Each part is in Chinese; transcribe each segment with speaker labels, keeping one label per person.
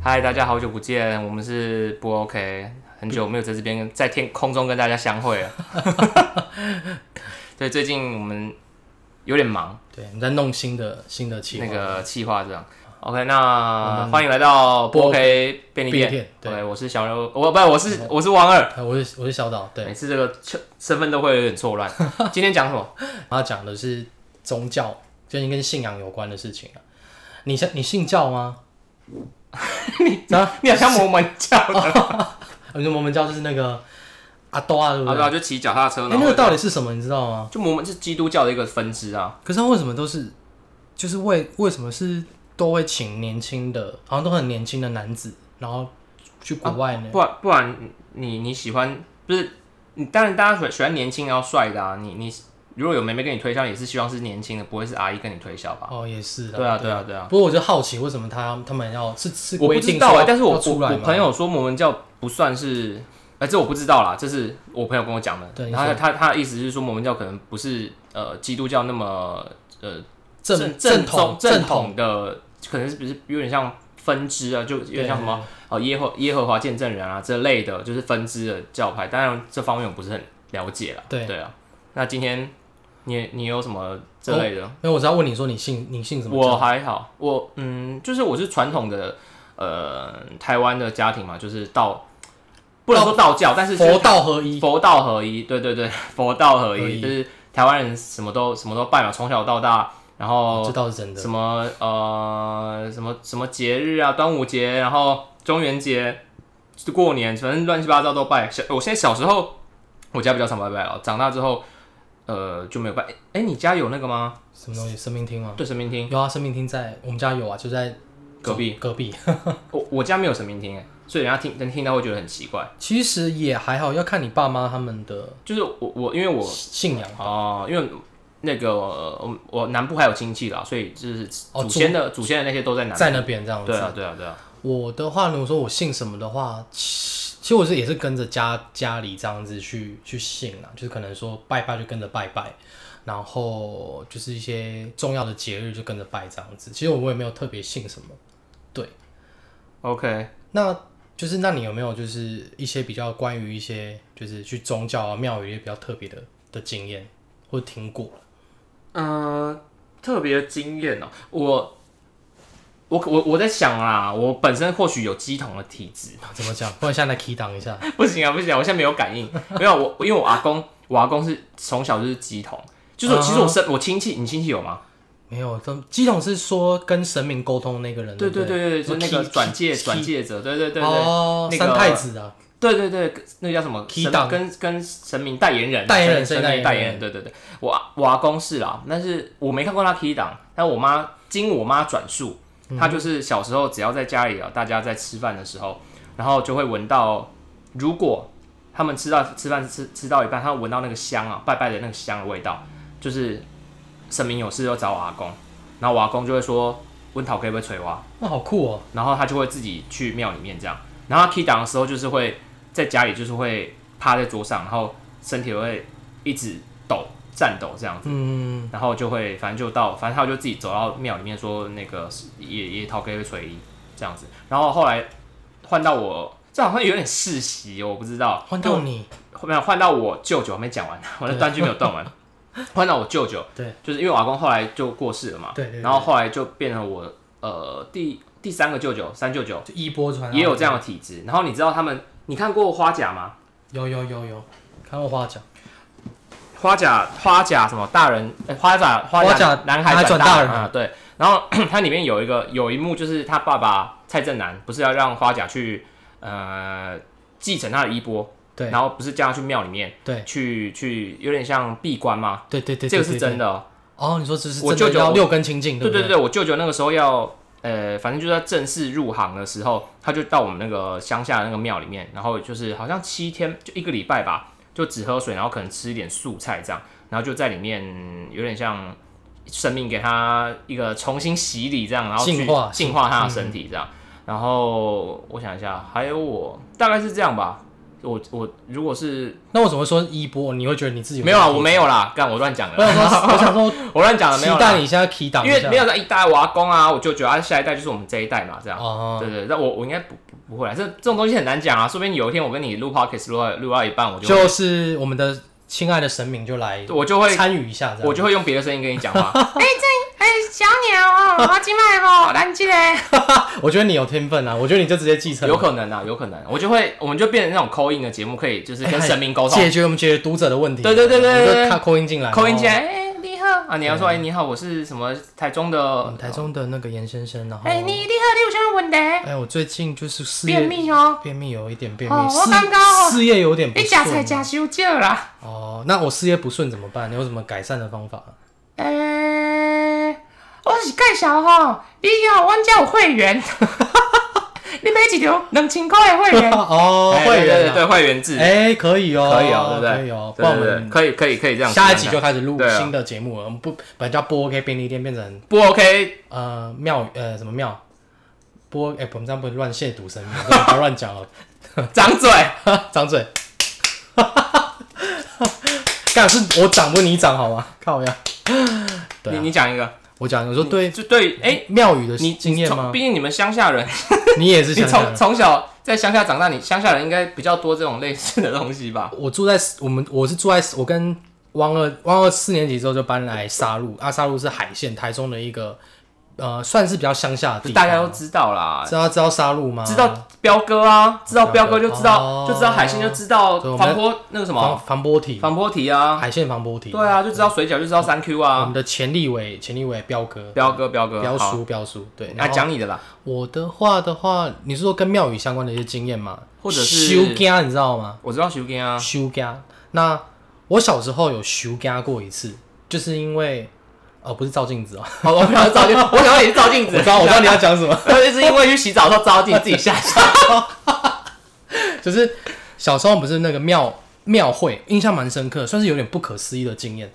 Speaker 1: 嗨，大家好久不见，我们是不 OK，很久没有在这边在天空中跟大家相会了。 对，最近我们有点忙，
Speaker 2: 对，我们在弄新的新的企划，
Speaker 1: 那个企划这样。OK，那欢迎来到不 OK 便利
Speaker 2: 便
Speaker 1: 店
Speaker 2: 利店。对
Speaker 1: 对，我是小刘，我不，我是我是王二。
Speaker 2: 啊，我是我是小岛，对，
Speaker 1: 每次这个身份都会有点错 乱。今天讲什么？
Speaker 2: 然后讲的是宗教，最近跟信仰有关的事情啊。你信你信 教吗？你啊，
Speaker 1: 你好像摩门教
Speaker 2: 哦
Speaker 1: 的，
Speaker 2: 你说摩门教就是那个阿多啊，对不
Speaker 1: 啊
Speaker 2: 对？
Speaker 1: 对啊，就骑脚踏车，
Speaker 2: 哎、
Speaker 1: 然后
Speaker 2: 那个到底是什么？你知道吗？
Speaker 1: 就摩门是基督教的一个分支啊。
Speaker 2: 可是他为什么都是，就是为为什么是都会请年轻的，好像都很年轻的男子，然后去国外呢？
Speaker 1: 不然不然你你喜欢不是你当然大家喜喜欢年轻然后帅的啊，你你如果有妹妹跟你推销，也是希望是年轻的，不会是阿姨跟你推销吧？
Speaker 2: 哦，也是
Speaker 1: 对啊对啊对啊，
Speaker 2: 不过我就好奇，为什么他他们要是是
Speaker 1: 我
Speaker 2: 规
Speaker 1: 不
Speaker 2: 定
Speaker 1: 知道
Speaker 2: 说
Speaker 1: 啊
Speaker 2: 要，
Speaker 1: 但是我
Speaker 2: 要
Speaker 1: 我
Speaker 2: 出来
Speaker 1: 我
Speaker 2: 吗
Speaker 1: 朋友说摩门教不算是。哎、这我不知道啦，这是我朋友跟我讲的。
Speaker 2: 对你
Speaker 1: 然后他他他的意思是说，摩门教可能不是呃基督教那么呃
Speaker 2: 正
Speaker 1: 正
Speaker 2: 统
Speaker 1: 正
Speaker 2: 正
Speaker 1: 统的，可能是不是有点像分支啊，就有点像什么哦耶和耶和华见证人啊这类的，就是分支的教派。当然这方面我不是很了解啦。
Speaker 2: 对
Speaker 1: 啊，那今天你你有什么这类的？
Speaker 2: 因为我只要问你说你信你信哦什么
Speaker 1: 我
Speaker 2: 教？
Speaker 1: 还好，我嗯，就是我是传统的呃台湾的家庭嘛，就是道不能说道教，但是就是
Speaker 2: 佛道合一，
Speaker 1: 佛道合一，对对对， 佛道合
Speaker 2: 合
Speaker 1: 一
Speaker 2: 一
Speaker 1: 就是台湾人什么都什么都拜嘛，从小到大，然后
Speaker 2: 这哦倒是真的。
Speaker 1: 什么呃什么什么节日啊，端午节，然后中元节，过年，反正乱七八糟都拜。小我现在小时候我家比较常拜拜了，长大之后呃就没有拜。哎、诶你家有那个吗？
Speaker 2: 什么东西？生命厅吗？
Speaker 1: 对，神明厅，
Speaker 2: 有啊，生命厅在我们家有啊，就在
Speaker 1: 隔壁
Speaker 2: 隔壁。
Speaker 1: 我我家没有神明厅、诶所以人家听能听到会觉得很奇怪。
Speaker 2: 其实也还好，要看你爸妈他们的
Speaker 1: 就是我我因为我
Speaker 2: 信仰。
Speaker 1: 哦、因为。那个呃我我南部还有亲戚啦，所以就是
Speaker 2: 哦
Speaker 1: 祖先的、祖先的那些都在南部。
Speaker 2: 在那边这样子。
Speaker 1: 对啊对啊对啊，
Speaker 2: 我的话，如果说我信什么的话，其其实我是也是跟着家家里这样子去去信啊，就是可能说拜拜就跟着拜拜，然后就是一些重要的节日就跟着拜这样子。其实我也没有特别信什么。
Speaker 1: OK，
Speaker 2: 那就是那你有没有就是一些比较关于一些就是去宗教啊庙宇也比较特别的的经验，或者听过？
Speaker 1: 嗯，特别惊艳哦！我我我我在想啦，我本身或许有鸡同的体质，
Speaker 2: 怎么讲？不然现在来 key 档一下。
Speaker 1: 不行啊，不行啊，我现在没有感应， 没有我，因为我阿公，我阿公是从小就是鸡同，就是我
Speaker 2: 啊
Speaker 1: 其实我身我亲戚，你亲戚有吗？
Speaker 2: 没有，这基统是说跟神明沟通那个人，
Speaker 1: 对
Speaker 2: 对
Speaker 1: 对
Speaker 2: 不
Speaker 1: 对对，就是那个
Speaker 2: key-
Speaker 1: 转介
Speaker 2: key-
Speaker 1: 转介者，对对对对
Speaker 2: 哦，
Speaker 1: 那个
Speaker 2: 三太子啊，
Speaker 1: 对对对，那个叫什么？
Speaker 2: Key
Speaker 1: 神
Speaker 2: 档
Speaker 1: 跟跟神明代言人，
Speaker 2: 代言人
Speaker 1: 神神
Speaker 2: 代言
Speaker 1: 明
Speaker 2: 人
Speaker 1: 代言人，对对对，我阿我阿公是啦，但是我没看过他 Key 档，但我妈经我妈转述，
Speaker 2: 嗯
Speaker 1: 他就是小时候只要在家里啊，大家在吃饭的时候，然后就会闻到，如果他们吃到吃饭吃吃到一半，他闻到那个香啊，拜拜的那个香的味道，就是神明有事要找我阿公，然后我阿公就会说温讨可以不可以捶我啊，
Speaker 2: 那好酷哦。
Speaker 1: 然后他就会自己去庙里面这样，然后他 key 档的时候就是会在家里就是会趴在桌上，然后身体会一直抖颤抖这样子。
Speaker 2: 嗯，
Speaker 1: 然后就会反正就到，反正他就自己走到庙里面说那个也也讨给垂衣这样子。然后后来换到我，这好像有点世袭，哦我不知道。
Speaker 2: 换到你，
Speaker 1: 就没有换到我舅舅还没讲完， 我的断句没有断完。换到我舅舅，
Speaker 2: 对，
Speaker 1: 就是因为我阿公后来就过世了嘛，
Speaker 2: 对对对
Speaker 1: 然后后来就变成我呃第第三个舅舅三舅舅
Speaker 2: 就衣钵传
Speaker 1: 也有这，样的体质。然后你知道他们，你看过花甲吗？
Speaker 2: 有有有有，看过花甲，
Speaker 1: 花甲花甲什么大人，呃花甲花
Speaker 2: 花甲
Speaker 1: 男
Speaker 2: 男孩
Speaker 1: 孩
Speaker 2: 转
Speaker 1: 大
Speaker 2: 大人
Speaker 1: 啊，对。然后 它里面有一个有一幕就是他爸爸蔡正南不是要让花甲去呃继承他的衣钵，
Speaker 2: 对
Speaker 1: 然后不是叫他去庙里面
Speaker 2: 对
Speaker 1: 去去有点像闭关吗？
Speaker 2: 对对对，
Speaker 1: 这个是真
Speaker 2: 的。
Speaker 1: 的哦，
Speaker 2: 哦，你说这是
Speaker 1: 我
Speaker 2: 真的
Speaker 1: 舅舅
Speaker 2: 要六根清净，
Speaker 1: 对
Speaker 2: 不
Speaker 1: 对
Speaker 2: 对？
Speaker 1: 对，我舅舅那个时候要呃，反正就是要正式入行的时候，他就到我们那个乡下的那个庙里面，然后就是好像七天就一个礼拜吧，就只喝水，然后可能吃一点素菜这样，然后就在里面有点像生命给他一个重新洗礼这样，然后去
Speaker 2: 净化嗯
Speaker 1: 净化他的身体这样。然后我想一下，还有我大概是这样吧。我我如果是
Speaker 2: 那我怎么会说衣钵？你会觉得你自己
Speaker 1: 没有啊，
Speaker 2: 啊？
Speaker 1: 我没有啦，干我乱讲
Speaker 2: 我
Speaker 1: 的
Speaker 2: 想
Speaker 1: 啦，
Speaker 2: 说，我想说，
Speaker 1: 我乱啊讲的没有
Speaker 2: 期
Speaker 1: 啦
Speaker 2: 待，你现在 key 档一
Speaker 1: 因
Speaker 2: 下，
Speaker 1: 为没有在一代我阿公啊，我舅舅啊，下一代就是我们这一代嘛，这样。
Speaker 2: 哦，
Speaker 1: 对对，那我我应该不不不会啦，这这种东西很难讲啊，说不定有一天我跟你录 podcast 录到录到一半，我就
Speaker 2: 就是我们的亲爱的神明就来
Speaker 1: 我就会
Speaker 2: 参与一下，这样
Speaker 1: 我就会用别的声音跟你讲话。
Speaker 3: 哎，小鸟哦，我今麦吼，咱这个哎
Speaker 2: 我觉得你有天分啊，我觉得你就直接继承了，
Speaker 1: 有可能啊，有可能，我就会，我们就变成那种扣印的节目，可以就是
Speaker 2: 哎
Speaker 1: 跟神明沟通，
Speaker 2: 解决我们解决读者的问题。啊
Speaker 1: 对对对对对对
Speaker 2: 我们就看扣音进来，
Speaker 1: 扣印进来，
Speaker 2: 然后。
Speaker 1: 哎、你好
Speaker 2: 哦
Speaker 1: 啊，你要说，哎、你好，我是什么台中
Speaker 2: 我
Speaker 1: 的
Speaker 2: 们，嗯台中的那个严先生，然后
Speaker 3: 哎，你你好，你有啥问题？
Speaker 2: 哎，我最近就是事业
Speaker 3: 便秘哦，
Speaker 2: 便秘有一点便
Speaker 3: 哦
Speaker 2: 秘，
Speaker 3: 我
Speaker 2: 事
Speaker 3: 刚刚哦
Speaker 2: 事业有点不
Speaker 3: 你食菜
Speaker 2: 顺啊
Speaker 3: 食伤少啦。
Speaker 2: 哦。那我事业不顺怎么办？你有什么改善的方法？
Speaker 3: 诶、哎我是介绍吼，你哦吼，阮遮有会员， 你买一条两千块的会员，
Speaker 2: 哦
Speaker 1: 哎，
Speaker 2: 会员
Speaker 1: 对对对，
Speaker 2: 啊，
Speaker 1: 会员制，
Speaker 2: 哎，可以哦，
Speaker 1: 可以哦，对不对？
Speaker 2: 可以哦，
Speaker 1: 对
Speaker 2: 不然我
Speaker 1: 对对
Speaker 2: 们
Speaker 1: 可以可以可以这样子，
Speaker 2: 下一集就开始录
Speaker 1: 对啊
Speaker 2: 新的节目了。我们不本来叫波 OK 便利店，变成
Speaker 1: 不 OK，
Speaker 2: 呃庙宇呃什么庙波哎，我们这样不能乱亵渎神明， 不要乱讲哦。
Speaker 1: 张嘴，
Speaker 2: 张嘴，干是我长不你长好吗？靠呀！ 对
Speaker 1: 你
Speaker 2: 啊、
Speaker 1: 你讲一个，
Speaker 2: 我讲，我说对
Speaker 1: 就对，哎、
Speaker 2: 庙宇的
Speaker 1: 你
Speaker 2: 经验
Speaker 1: 从
Speaker 2: 吗？
Speaker 1: 毕竟你们乡下人，
Speaker 2: 你也是
Speaker 1: 你
Speaker 2: 想
Speaker 1: 从
Speaker 2: 想，
Speaker 1: 从小在乡下长大，你乡下人应该比较多这种类似的东西吧？
Speaker 2: 我住在我们我是住在我跟汪二汪二四年级之后就搬来沙鹿，啊沙鹿是海线台中的一个呃算是比较乡下的地方，
Speaker 1: 大家都知道啦，
Speaker 2: 知道知道沙鹿吗？
Speaker 1: 知道彪哥啊，知道彪哥就知道，
Speaker 2: 哦
Speaker 1: 就知道海鲜，就知道
Speaker 2: 对我们
Speaker 1: 防波那个什
Speaker 2: 防
Speaker 1: 么
Speaker 2: 防波体
Speaker 1: 防波堤啊，
Speaker 2: 海线防波体，
Speaker 1: 对，啊，就知道水饺，就知道三 Q
Speaker 2: 我
Speaker 1: 啊
Speaker 2: 们，的前立委前立委彪哥
Speaker 1: 彪哥彪哥，
Speaker 2: 彪
Speaker 1: 好，
Speaker 2: 叔彪叔对，
Speaker 1: 来
Speaker 2: 然后
Speaker 1: 讲你的啦，
Speaker 2: 我的话的话，你是说跟庙宇相关的一些经验吗？
Speaker 1: 或者是
Speaker 2: 修家，你知道吗？
Speaker 1: 我知道徐根 啊，
Speaker 2: 修家。那我小时候有修家过一次，就是因为呃不是照镜子哦，
Speaker 1: 好，我不要照镜，我想要也是照镜子，
Speaker 2: 我知道我知道你 要讲什么，
Speaker 1: 要，就是因为去洗澡的时候照镜子自己吓吓，
Speaker 2: 就是小时候不是那个庙庙会，印象蛮深刻，算是有点不可思议的经验。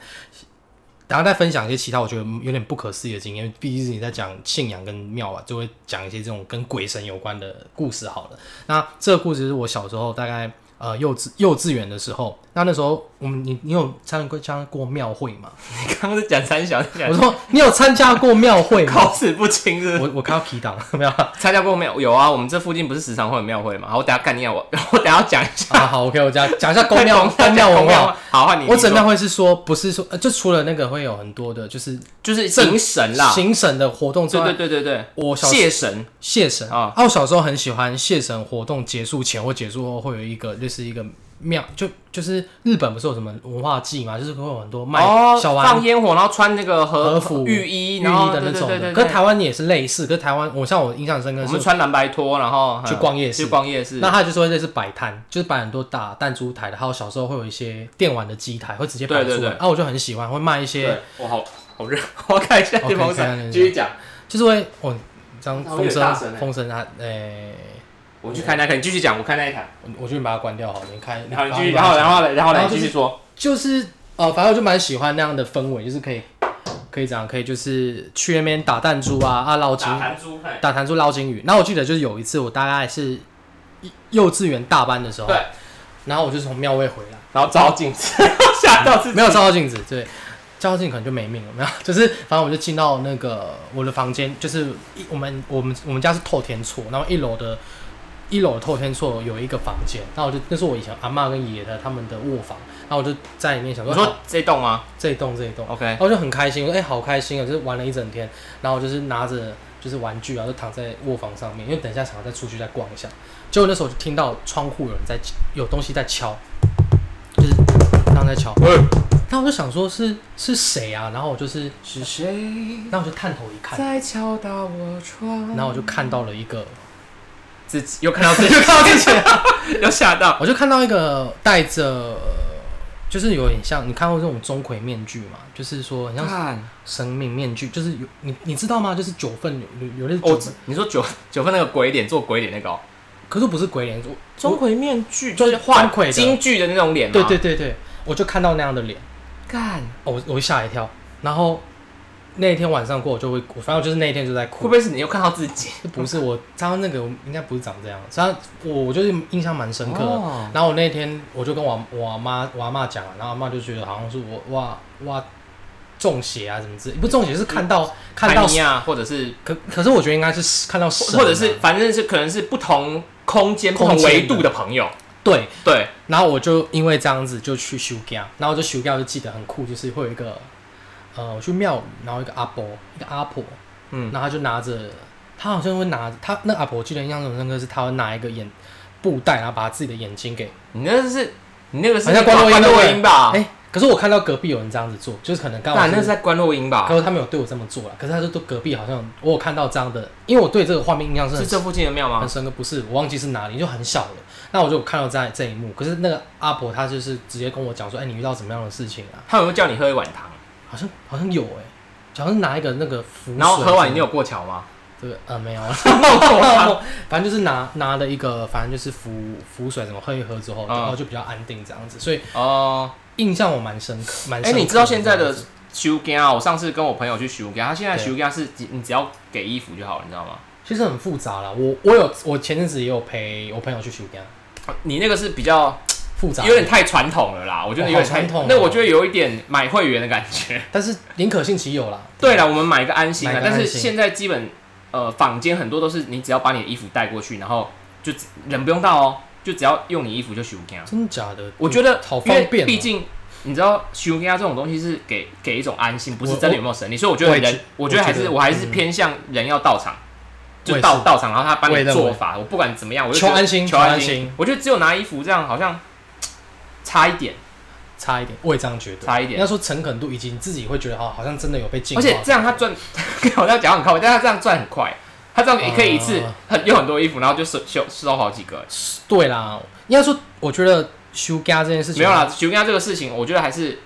Speaker 2: 然后再分享一些其他我觉得有点不可思议的经验，毕竟是你在讲信仰跟庙啊，就会讲一些这种跟鬼神有关的故事好了。那这个故事是我小时候大概呃幼稚幼稚园的时候，那那时候我们你你有参加过参加过庙会吗？
Speaker 1: 你刚刚是讲三小，
Speaker 2: 我说你有参加过庙会吗？
Speaker 1: 口齿不清是不是。
Speaker 2: 我我看到 K 档 没有啊？
Speaker 1: 参加过没有？有啊，我们这附近不是时常会有庙会嘛？好，我等一下看你啊，我 我等一下讲一下
Speaker 2: 啊好，OK，我讲讲一下公 庙公庙文
Speaker 1: 公
Speaker 2: 化。
Speaker 1: 庙，好，换你。
Speaker 2: 我
Speaker 1: 你
Speaker 2: 整
Speaker 1: 说
Speaker 2: 庙会是说，不是说，呃，就除了那个会有很多的，就是
Speaker 1: 就是迎神啦，
Speaker 2: 行神的活动之
Speaker 1: 对
Speaker 2: 外，
Speaker 1: 对对对对，
Speaker 2: 我小
Speaker 1: 谢神
Speaker 2: 谢神
Speaker 1: 啊
Speaker 2: 啊，我小时候很喜欢谢神活动结束前或结束后会有一个，就是一个庙，就就是日本不是有什么文化祭嘛，就是会有很多卖
Speaker 1: 哦，
Speaker 2: 小丸
Speaker 1: 放烟火，然后穿那个和
Speaker 2: 和服
Speaker 1: 浴衣，
Speaker 2: 浴
Speaker 1: 然后
Speaker 2: 衣的那种
Speaker 1: 对对
Speaker 2: 的。
Speaker 1: 对
Speaker 2: 可
Speaker 1: 对
Speaker 2: 是台湾也是类似，可是台湾我像我印象深刻
Speaker 1: 我
Speaker 2: 是
Speaker 1: 们，穿蓝白拖，然后
Speaker 2: 去
Speaker 1: 嗯
Speaker 2: 逛夜市
Speaker 1: 去逛夜市。
Speaker 2: 那他就说类似摆摊，就是摆很多大弹珠台的，还有小时候会有一些电玩的机台会直接摆出
Speaker 1: 对
Speaker 2: 来，
Speaker 1: 对对
Speaker 2: 啊，我就很喜欢，会卖一些
Speaker 1: 对，我好 好热，我看一下
Speaker 2: OK，
Speaker 1: 电风
Speaker 2: 看一下
Speaker 1: 扇，继续讲。
Speaker 2: 就是会哦，这样
Speaker 1: 好有
Speaker 2: 风
Speaker 1: 大
Speaker 2: 声
Speaker 1: 声欸
Speaker 2: 风声啊，诶、
Speaker 1: 我去看那台，你继续讲，我看那一台。
Speaker 2: 我我觉得你把它关掉好了，你看，
Speaker 1: 然后你
Speaker 2: 把它
Speaker 1: 继续，然后然后嘞，然后嘞，
Speaker 2: 然
Speaker 1: 你
Speaker 2: 后
Speaker 1: 继
Speaker 2: 就是
Speaker 1: 续说。
Speaker 2: 就是呃，反正我就蛮喜欢那样的氛围，就是可以可以怎样，可以就是去那边打弹珠啊啊捞金
Speaker 1: 弹珠，嘿
Speaker 2: 打弹珠捞金鱼。然后我记得就是有一次我大概是一幼稚园大班的时候，
Speaker 1: 对，
Speaker 2: 然后我就从庙会回来。
Speaker 1: 然后照镜子， 吓到自己。
Speaker 2: 没有照到镜子，对，照到镜子可能就没命了，没有，就是反正我就进到那个我的房间，就是一我们我们我们家是透天厝，然后一楼的一楼的透天厝有一个房间，然后我就那是我以前阿嬷跟爷爷的他们的卧房，然后我就在里面想
Speaker 1: 你
Speaker 2: 说，
Speaker 1: 说哦
Speaker 2: 好
Speaker 1: 这栋吗
Speaker 2: 这一栋这一栋，
Speaker 1: ？OK，
Speaker 2: 然后我就很开心，我说哎、好开心啊，就是玩了一整天，然后我就是拿着就是玩具啊，就躺在卧房上面，因为等一下想要再出去再逛一下。结果那时候我就听到窗户有人在有东西在敲，就是这样在敲。那我就想说是是谁啊？然后我就是，
Speaker 1: 是谁
Speaker 2: 那我就探头一看，
Speaker 3: 哎
Speaker 1: 在敲打我窗
Speaker 2: 然后我就看到了一个，
Speaker 1: 自己又看到自 己，又看到自己， 又吓到。
Speaker 2: 我就看到一个戴着，就是有点像你看过这种钟馗面具嘛，就是说很像
Speaker 1: 看，
Speaker 2: 生命面具，就是有你你知道吗？就是九份有有有那
Speaker 1: 我
Speaker 2: 九份，
Speaker 1: 哦你说九九份那个鬼脸做鬼脸那个哦，
Speaker 2: 可是不是鬼脸，我
Speaker 1: 钟馗面具
Speaker 2: 就是
Speaker 1: 画
Speaker 2: 钟馗的
Speaker 1: 京剧的那种脸吗？
Speaker 2: 对对对对，我就看到那样的脸，
Speaker 1: 干，
Speaker 2: 哦我我吓一跳，然后那一天晚上过，我就会哭，反正我就是那一天就在
Speaker 1: 会不
Speaker 2: 哭。
Speaker 1: 会是你又看到自己？
Speaker 2: 不是我，他那个应该不是长这样，他我我就是印象蛮深刻的。
Speaker 1: 哦
Speaker 2: 然后我那天我就跟我我妈我阿妈讲了，然后阿妈就觉得好像是我哇哇中邪啊什么之类，不中邪是看
Speaker 1: 嗯
Speaker 2: 到看到啊
Speaker 1: 泰尼亚，啊或者是
Speaker 2: 可可是我觉得应该是看到神啊、
Speaker 1: 或者是反正是可能是不同空间、不
Speaker 2: 空
Speaker 1: 同
Speaker 2: 间的
Speaker 1: 维度的朋友，
Speaker 2: 对，
Speaker 1: 对，
Speaker 2: 然后我就因为这样子就去修家，然后就修家就记得很酷，就是会有一个呃我去庙宇，然后一个阿伯一个阿婆，
Speaker 1: 嗯
Speaker 2: 然后他就拿着他好像会拿他那阿婆，我记得印象中那个是他会拿一个眼布袋，然后把自己的眼睛给
Speaker 1: 你那是你那个是
Speaker 2: 好像关洛
Speaker 1: 关
Speaker 2: 音对不
Speaker 1: 洛
Speaker 2: 对
Speaker 1: 音吧？
Speaker 2: 哎、可是我看到隔壁有人这样子做，就是可能刚好
Speaker 1: 那那是在关洛音吧
Speaker 2: 可？是他没有对我这么做了，可是他就对隔壁好像我有看到这样的，因为我对这个画面印象是
Speaker 1: 是
Speaker 2: 很
Speaker 1: 这附近的庙吗
Speaker 2: 很？深刻，不是我忘记是哪里，就很小了。那我就有看到这这一幕，可是那个阿婆她就是直接跟我讲说，哎、你遇到什么样的事情啊？
Speaker 1: 他有没有叫你喝一碗汤？
Speaker 2: 好像好像有哎、好像是拿一个那个符水，
Speaker 1: 然后喝完你有过桥吗？
Speaker 2: 这个呃没有，
Speaker 1: 汤
Speaker 2: 反正就是拿拿了一个，反正就是符符水什么喝一喝之后，
Speaker 1: 嗯
Speaker 2: 然后就比较安定这样子，所以
Speaker 1: 哦。
Speaker 2: 印象我蛮深刻，蛮
Speaker 1: 哎、
Speaker 2: 深刻
Speaker 1: 你知道现在
Speaker 2: 这
Speaker 1: 的
Speaker 2: 样子
Speaker 1: 修家啊？我上次跟我朋友去修家，他现在
Speaker 2: 对
Speaker 1: 修家是只你只要给衣服就好了，你知道吗？
Speaker 2: 其实很复杂啦，我我有我前阵子也有陪我朋友去修家，
Speaker 1: 你那个是比较
Speaker 2: 复杂
Speaker 1: 有点太传统了啦，我觉得
Speaker 2: 哦
Speaker 1: 有点
Speaker 2: 好
Speaker 1: 太
Speaker 2: 传统哦
Speaker 1: 那我觉得有一点买会员的感觉。
Speaker 2: 但是宁可信其有啦。
Speaker 1: 对了，我们买一个安心啊
Speaker 2: 买，个安
Speaker 1: 但
Speaker 2: 心
Speaker 1: 是现在基本呃坊间很多都是你只要把你的衣服带过去，然后就只人不用到哦，就只要用你衣服就修家。
Speaker 2: 真假的？
Speaker 1: 我觉得
Speaker 2: 好
Speaker 1: 因为
Speaker 2: 方便哦
Speaker 1: 毕竟。你知道修家这种东西是给给一种安心，不是
Speaker 2: 我
Speaker 1: 真的有没有神力，所以我觉得
Speaker 2: 我也
Speaker 1: 人
Speaker 2: 觉，
Speaker 1: 我觉得还
Speaker 2: 我
Speaker 1: 是
Speaker 2: 觉得
Speaker 1: 我还是偏向人要到场。就到
Speaker 2: 我也是
Speaker 1: 到场，然后他帮
Speaker 2: 我也
Speaker 1: 你
Speaker 2: 认为
Speaker 1: 做法，我不管怎么样，我就
Speaker 2: 求
Speaker 1: 觉得
Speaker 2: 安心
Speaker 1: 求
Speaker 2: 求
Speaker 1: 安
Speaker 2: 安
Speaker 1: 心
Speaker 2: 心。
Speaker 1: 我觉得只有拿衣服这样好像嘖差一点，
Speaker 2: 差一点，我也这样觉得。
Speaker 1: 差一
Speaker 2: 应
Speaker 1: 点
Speaker 2: 该。说诚恳度，以及你自己会觉得哦，好像真的有被进
Speaker 1: 而
Speaker 2: 化。
Speaker 1: 且这样他赚， 我这样讲很靠谱，但他这样赚很快，他这样也可以一次
Speaker 2: 啊
Speaker 1: 很有很多衣服，然后就收收收好几个。
Speaker 2: 对啦，应该说我觉得修家这件事情
Speaker 1: 没有啦，，求家这个事情，我觉得还是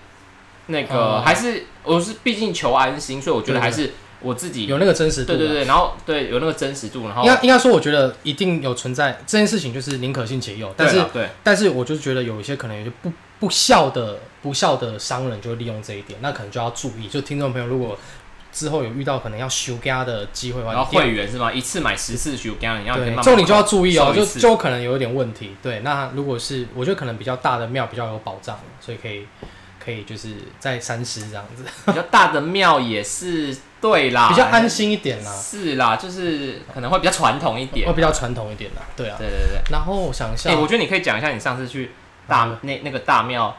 Speaker 1: 那个
Speaker 2: 嗯
Speaker 1: 还是我是毕竟求安心，所以我觉得
Speaker 2: 对对
Speaker 1: 还是我自己
Speaker 2: 有那个真实度。啊
Speaker 1: 对对。对，然后对有那个真实度，然后
Speaker 2: 应该应该说，我觉得一定有存在这件事情，就是宁可信其有。但
Speaker 1: 对
Speaker 2: 是
Speaker 1: 啦对
Speaker 2: 但是我就觉得有一些可能有些不不孝的不孝的商人就会利用这一点，那可能就要注意。就听众朋友，如果之后有遇到可能要修家的机会的话，
Speaker 1: 然后
Speaker 2: 一定要
Speaker 1: 会员是吗？一次买十次求家，你要
Speaker 2: 对
Speaker 1: 跟，慢慢
Speaker 2: 这种你就要注意哦，
Speaker 1: 收一
Speaker 2: 就
Speaker 1: 次
Speaker 2: 就可能有一点问题。对，那如果是我觉得可能比较大的庙比较有保障，所以可以可以就是在三师这样子，
Speaker 1: 比较大的庙也是对啦，
Speaker 2: 比较安心一点啦，啊
Speaker 1: 是啦，就是可能会比较传统一点
Speaker 2: 会。哦比较传统一点啦，对啊。
Speaker 1: 对对对。
Speaker 2: 然后我想一下，
Speaker 1: 哎、我觉得你可以讲一下你上次去大、
Speaker 2: 嗯
Speaker 1: 那那个大庙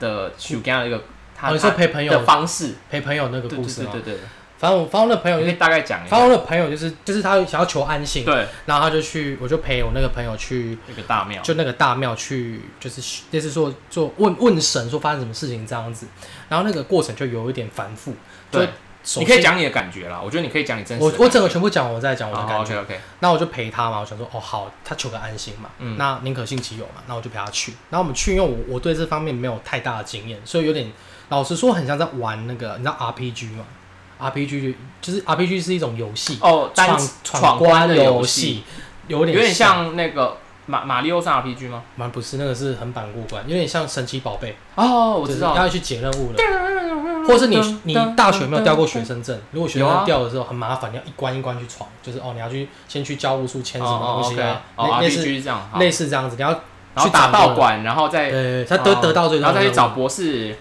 Speaker 1: 的修干的一个他、
Speaker 2: 哦你说陪朋友
Speaker 1: 的方式，
Speaker 2: 陪朋友那个
Speaker 1: 对对
Speaker 2: 故事
Speaker 1: 对
Speaker 2: 嘛
Speaker 1: 对，对，
Speaker 2: 反正我反正我的朋友
Speaker 1: 对你可以
Speaker 2: 就是。
Speaker 1: 大概讲一
Speaker 2: 反
Speaker 1: 下。
Speaker 2: 正我的朋友就是，就是他想要求安心，
Speaker 1: 对，
Speaker 2: 然后他就去，我就陪我那个朋友去，
Speaker 1: 那个大庙，
Speaker 2: 就那个大庙去，就是类似说做问问神说发生什么事情这样子，然后那个过程就有一点繁复，就
Speaker 1: 对
Speaker 2: 首
Speaker 1: 你可以
Speaker 2: 先
Speaker 1: 讲你的感觉啦。我觉得你可以讲你真实
Speaker 2: 我
Speaker 1: 的感觉。哦
Speaker 2: 我整个全部讲，我再讲我的感觉。
Speaker 1: OK OK，
Speaker 2: 那我就陪他嘛，我想说，哦好，他求个安心嘛，
Speaker 1: 嗯
Speaker 2: 那宁可信其有嘛，那我就陪他去。然后我们去，因为我我对这方面没有太大的经验，所以有点老实说，很像在玩那个你知道 RPG 吗？RPG 就就是 RPG 是一种游戏，
Speaker 1: 哦，单
Speaker 2: 闯
Speaker 1: 闯
Speaker 2: 关
Speaker 1: 的
Speaker 2: 游
Speaker 1: 戏，，
Speaker 2: 有
Speaker 1: 有
Speaker 2: 点
Speaker 1: 点，像那个马马里奥上 RPG 吗？
Speaker 2: 蛮不是那个是横版过关，有点像神奇宝贝，
Speaker 1: 哦，我
Speaker 2: 就
Speaker 1: 知
Speaker 2: 是
Speaker 1: 道了。
Speaker 2: 要去解任务了。或是你你大学有没有调过学生证？如果学生
Speaker 1: 有啊
Speaker 2: 证掉的时候很麻烦，你要一关一关去闯，就是哦，你要去先去教务处签什么
Speaker 1: 哦
Speaker 2: 东
Speaker 1: ，OK，
Speaker 2: 西啊，
Speaker 1: 哦
Speaker 2: 类类似
Speaker 1: ，RPG 这样，好
Speaker 2: 类似这样子，你要
Speaker 1: 然后
Speaker 2: 去
Speaker 1: 打
Speaker 2: 掌
Speaker 1: 道
Speaker 2: 握
Speaker 1: 馆，然后再
Speaker 2: 呃，他得
Speaker 1: 哦
Speaker 2: 得到最
Speaker 1: 然
Speaker 2: 终
Speaker 1: 后
Speaker 2: 的
Speaker 1: 再
Speaker 2: 任务，
Speaker 1: 去找博士。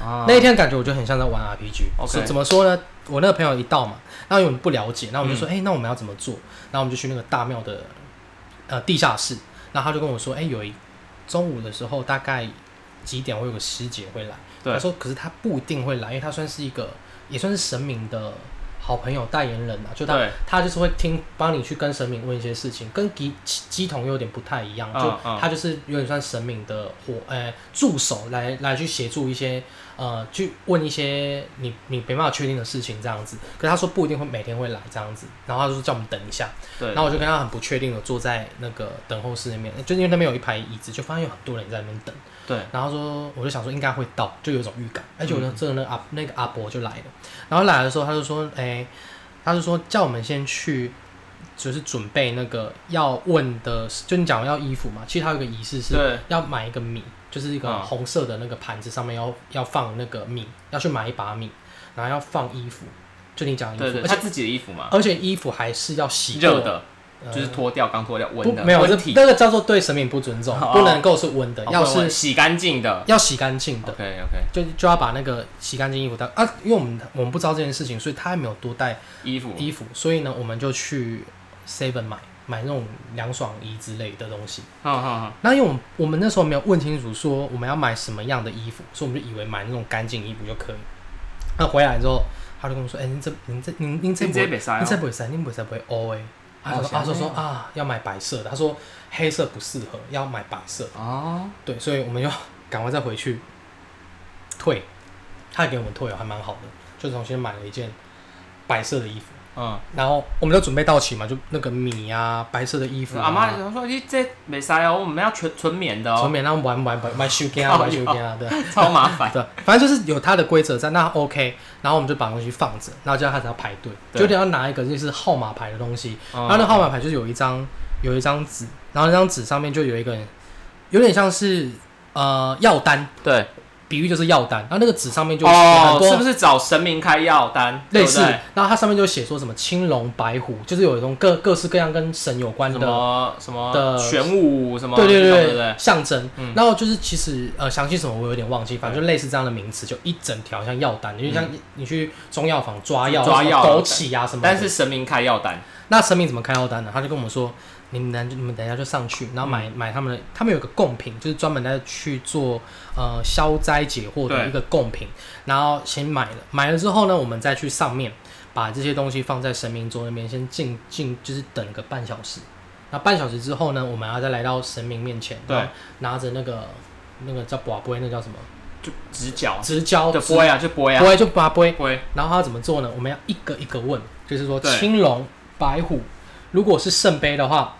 Speaker 1: 啊
Speaker 2: 那一天感觉我就很像在玩 RPG。
Speaker 1: OK 嗯
Speaker 2: 是怎么说呢？我那个朋友一到嘛，那因为我们不了解，那我们就说，哎、那我们要怎么做？然后我们就去那个大庙的呃地下室，然后他就跟我说，哎、有一中午的时候大概几点会有个师姐会来，
Speaker 1: 对
Speaker 2: 他说，可是他不一定会来，因为他算是一个也算是神明的好朋友代言人啊，就他
Speaker 1: 对
Speaker 2: 他就是会听帮你去跟神明问一些事情，跟鸡鸡童有点不太一样，
Speaker 1: 嗯
Speaker 2: 就
Speaker 1: 嗯
Speaker 2: 他就是有点算神明的伙呃助手来来去协助一些呃去问一些你你没办法确定的事情这样子。可是他说不一定会每天会来这样子，然后他就说叫我们等一下，
Speaker 1: 对
Speaker 2: 然，后我就跟他很不确定的坐在那个等候室那边，就因为那边有一排椅子，就发现有很多人在那边等。
Speaker 1: 对，
Speaker 2: 然后说，我就想说应该会到，就有一种预感。
Speaker 1: 嗯
Speaker 2: 而且我就真的那个阿、那个阿伯就来了，然后来的时候他就说，哎、他就说叫我们先去，就是准备那个要问的，就你讲要衣服嘛，其实他有个仪式是
Speaker 1: 对
Speaker 2: 要买一个米，就是一个
Speaker 1: 嗯
Speaker 2: 红色的那个盘子上面要要放那个米，要去买一把米，然后要放衣服，就你讲的衣
Speaker 1: 对
Speaker 2: 服，
Speaker 1: 对，
Speaker 2: 而
Speaker 1: 他
Speaker 2: 且
Speaker 1: 自己的衣服嘛，
Speaker 2: 而且衣服还是要洗过呃
Speaker 1: 热，的，就是脱掉刚脱掉，
Speaker 2: 不
Speaker 1: 温的，
Speaker 2: 没有
Speaker 1: 温
Speaker 2: 这
Speaker 1: 体，
Speaker 2: 那个叫做对神明不尊重
Speaker 1: 哦，
Speaker 2: 不能够是温的，
Speaker 1: 哦
Speaker 2: 要
Speaker 1: 不能
Speaker 2: 是
Speaker 1: 温洗干净的。
Speaker 2: 要洗干净的。
Speaker 1: OK OK，
Speaker 2: 就就要把那个洗干净衣服带啊，因为我们我们不知道这件事情，所以他还没有多带
Speaker 1: 衣服
Speaker 2: 衣服，所以呢，我们就去 Seven 买买那种凉爽衣之类的东西。
Speaker 1: 嗯嗯
Speaker 2: 那因为我们我们那时候没有问清楚说我们要买什么样的衣服，所以我们就以为买那种干净衣服就可以。那回来之后，他就跟我说：“哎、您这您这您您
Speaker 1: 嗯，
Speaker 2: 这不
Speaker 1: 直接
Speaker 2: 会，
Speaker 1: 北塞
Speaker 2: 您这不会塞，您不会塞不会 O 哎。”
Speaker 1: 哦
Speaker 2: 他说：“他说说
Speaker 1: 想这
Speaker 2: 啊，要买白色的。”他说：“黑色不适合，要买白色。
Speaker 1: 哦，”
Speaker 2: 对，所以我们就 赶快再回去退，他给我们退哦，还蛮好的，就重新买了一件白色的衣服。
Speaker 1: 嗯，
Speaker 2: 然后我们就准备到齐嘛，就那个米啊，白色的衣服、啊，
Speaker 1: 阿妈怎么说？你这北塞哦，我们要纯纯棉的
Speaker 2: 从
Speaker 1: 哦，
Speaker 2: 缅甸啊玩玩玩玩修干啊，玩修干啊，对
Speaker 1: 超麻烦。
Speaker 2: 对，反正就是有它的规则在，那 OK。然后我们就把东西放着，然后叫他只要排队，
Speaker 1: 对哦
Speaker 2: 就得要拿一个就是号码牌的东西，然
Speaker 1: 然
Speaker 2: 后那号码牌就是有一张有一张纸，然后那张纸上面就有一个人，有点像是呃药单，
Speaker 1: 对，
Speaker 2: 比喻就是药单，然后那个纸上面就有
Speaker 1: 哦
Speaker 2: 很，多
Speaker 1: 是不是找神明开药单？
Speaker 2: 类似
Speaker 1: 对不对，
Speaker 2: 然后它上面就写说什么青龙白虎，就是有一种各各式各样跟神有关
Speaker 1: 什
Speaker 2: 的
Speaker 1: 么什么
Speaker 2: 的
Speaker 1: 玄武什么
Speaker 2: 对
Speaker 1: 这种
Speaker 2: 对
Speaker 1: 对不对，
Speaker 2: 象征。
Speaker 1: 嗯
Speaker 2: 然后就是其实呃，详细什么我有点忘记，反正就类似这样的名词，就一整条像药单，因为像你去中药房抓
Speaker 1: 嗯
Speaker 2: 药、
Speaker 1: 抓药
Speaker 2: 什么枸杞啊什么的。
Speaker 1: 但是神明开药单，
Speaker 2: 那神明怎么开药单呢？他就跟我们说，你们等你们等一下就上去，然后买、
Speaker 1: 嗯
Speaker 2: 买他们的，他们有个贡品，就是专门在去做呃消灾解惑的
Speaker 1: 对
Speaker 2: 一个贡品。然后先买了，买了之后呢，我们再去上面把这些东西放在神明桌那边，先静静就是等个半小时。那半小时之后呢，我们要再来到神明面前，
Speaker 1: 对，
Speaker 2: 拿着那个那个叫卜龟，那叫什么
Speaker 1: 就直角
Speaker 2: 直交
Speaker 1: 的波呀，就啊波呀，
Speaker 2: 龟就卜龟，
Speaker 1: 波
Speaker 2: 然后他怎么做呢？我们要一个一个问，就是说
Speaker 1: 对
Speaker 2: 青龙、白虎，如果是圣杯的话，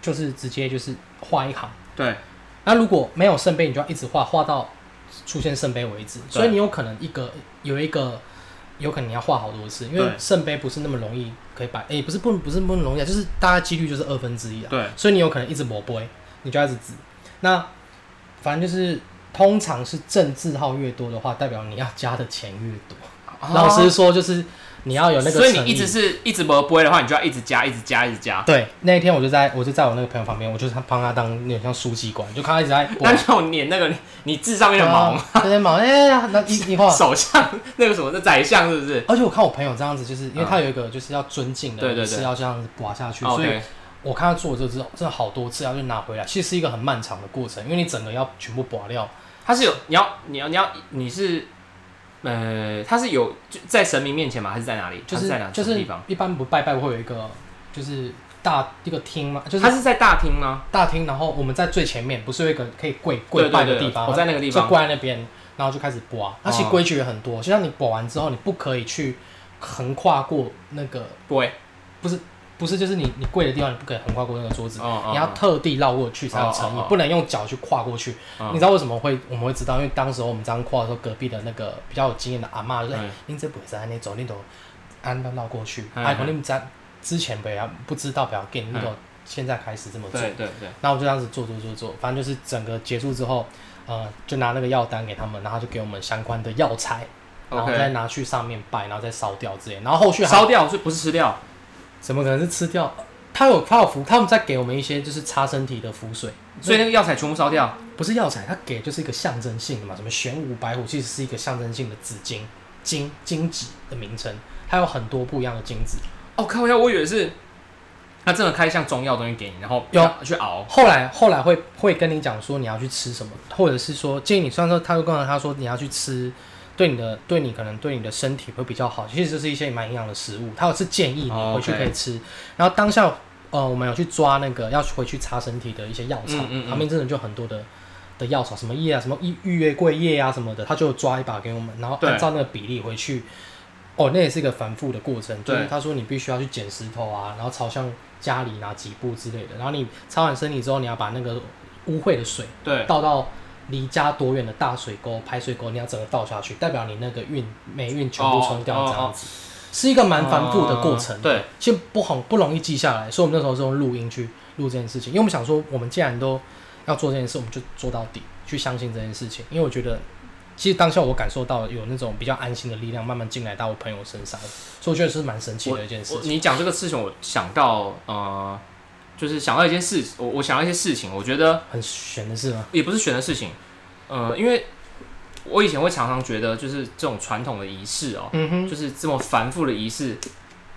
Speaker 2: 就是直接就是画一行；
Speaker 1: 对，
Speaker 2: 那如果没有圣杯，你就要一直画，画到出现圣杯为止。
Speaker 1: 对
Speaker 2: 所以你有可能一个有一个，有可能你要画好多次，因为
Speaker 1: 对
Speaker 2: 圣杯不是那么容易可以摆，诶，不是不不是不容易啊，就是大概几率就是二分之一啊。
Speaker 1: 对，
Speaker 2: 所以你有可能一直抹杯，你就要一直指。那反正就是，通常是正字号越多的话，代表你要加的钱越多。老实说，就是你要有那个
Speaker 1: 哦所以
Speaker 2: 诚
Speaker 1: 你
Speaker 2: 意
Speaker 1: 一直是一直不会的话，你就要一直加，一直加，一直加。
Speaker 2: 对。那一天我就在我就在我那个朋友旁边，我就是帮他当有点像书记官，就看他一 直在
Speaker 1: 那就粘那个你智上面的毛嘛，
Speaker 2: 对啊，有点毛，哎、那一一画。
Speaker 1: 首相那个什么的宰相是不是？
Speaker 2: 而且我看我朋友这样子，就是因为他有一个就是要尊敬的，
Speaker 1: 嗯对对对
Speaker 2: 是要这样子刮下去，
Speaker 1: 哦
Speaker 2: 所以
Speaker 1: 对
Speaker 2: 我看他做这之后，真的好多次，然后就拿回来。其实是一个很漫长的过程，因为你整个要全部刮掉，
Speaker 1: 他是有你要你要你要你是呃，他是有就在神明面前吗？还是在哪里？
Speaker 2: 就
Speaker 1: 他
Speaker 2: 是
Speaker 1: 在哪
Speaker 2: 就
Speaker 1: 什么
Speaker 2: 是
Speaker 1: 地方？
Speaker 2: 一般不拜拜会有一个就是大一个厅嘛，就是
Speaker 1: 他是在大厅吗？
Speaker 2: 大厅，然后我们在最前面，不是有一个可以跪
Speaker 1: 对
Speaker 2: 跪拜
Speaker 1: 对
Speaker 2: 的
Speaker 1: 对
Speaker 2: 地方，
Speaker 1: 我在那个地方哦
Speaker 2: 就跪在那边，然后就开始刮。它其实规矩也很多，就像你刮完之后，你不可以去横跨过那个，
Speaker 1: 不会，
Speaker 2: 不是就是你你跪的地方，你不可以横跨过那个桌子，
Speaker 1: 哦哦
Speaker 2: 你要特地绕过去才有诚意，
Speaker 1: 哦哦哦
Speaker 2: 不能用脚去跨过去。
Speaker 1: 哦
Speaker 2: 你知道为什么会我们会知道？因为当时我们这样跨的时候，隔壁的那个比较有经验的阿嬷就说：“
Speaker 1: 嗯
Speaker 2: 哎、您这不会安尼走，你都按绕绕过去，
Speaker 1: 嗯
Speaker 2: 哎、可
Speaker 1: 嗯
Speaker 2: 能你们在之前不要不知道不要给，你都
Speaker 1: 嗯
Speaker 2: 现在开始这么做。”
Speaker 1: 对对对，
Speaker 2: 然后我就这样子做做做做，反正就是整个结束之后，呃，就拿那个药单给他们，然后就给我们相关的药材，然后
Speaker 1: OK
Speaker 2: 再拿去上面拜，然后再烧掉之类。然后后续还
Speaker 1: 烧掉是不是吃掉？
Speaker 2: 怎么可能是吃掉？他有他有服，他们在给我们一些就是擦身体的符水，
Speaker 1: 所以那个药材全部烧掉。
Speaker 2: 不是药材，他给就是一个象征性的嘛，什么玄武白虎其实是一个象征性的紫金金金纸的名称，它有很多不一样的金子。
Speaker 1: 哦，靠呀！我以为是他真的开像中药的东西给你，然后
Speaker 2: 有
Speaker 1: 去熬。
Speaker 2: 后来后来会会跟你讲说你要去吃什么，或者是说建议你，虽然说他会跟他说你要去吃，对你的对你可能对你的身体会比较好，其实就是一些蛮营养的食物，他有是建议你
Speaker 1: 哦
Speaker 2: 回去
Speaker 1: OK
Speaker 2: 可以吃。然后当下呃我们有去抓那个要回去擦身体的一些药草，
Speaker 1: 嗯嗯嗯
Speaker 2: 旁边真的就很多的。的药草什么叶啊，什么玉玉月桂叶啊什么的，他就抓一把给我们，然后
Speaker 1: 对
Speaker 2: 按照那个比例回去。哦，那也是一个反复的过程，就是
Speaker 1: 对
Speaker 2: 他说你必须要去捡石头啊，然后朝向家里拿几步之类的，然后你擦完身体之后，你要把那个污秽的水
Speaker 1: 对，
Speaker 2: 倒到离家多远的大水沟、排水沟，你要整个倒下去，代表你那个运霉运全部冲掉，
Speaker 1: 哦
Speaker 2: 这样子、是一个蛮繁复的过程。
Speaker 1: 嗯对，
Speaker 2: 其实不好不容易记下来，所以我们那时候是用录音去录这件事情，因为我们想说，我们既然都要做这件事，我们就做到底，去相信这件事情。因为我觉得，其实当下我感受到有那种比较安心的力量慢慢进来到我朋友身上，所以我觉得是蛮神奇的一件事
Speaker 1: 我
Speaker 2: 情。
Speaker 1: 你讲这个事情，我想到呃，就是想到一件事，我我想到一些事情，我觉得
Speaker 2: 很悬的事吗？
Speaker 1: 也不是选的事情，呃，因为我以前会常常觉得，就是这种传统的仪式哦、
Speaker 2: 嗯哼，
Speaker 1: 就是这么繁复的仪式，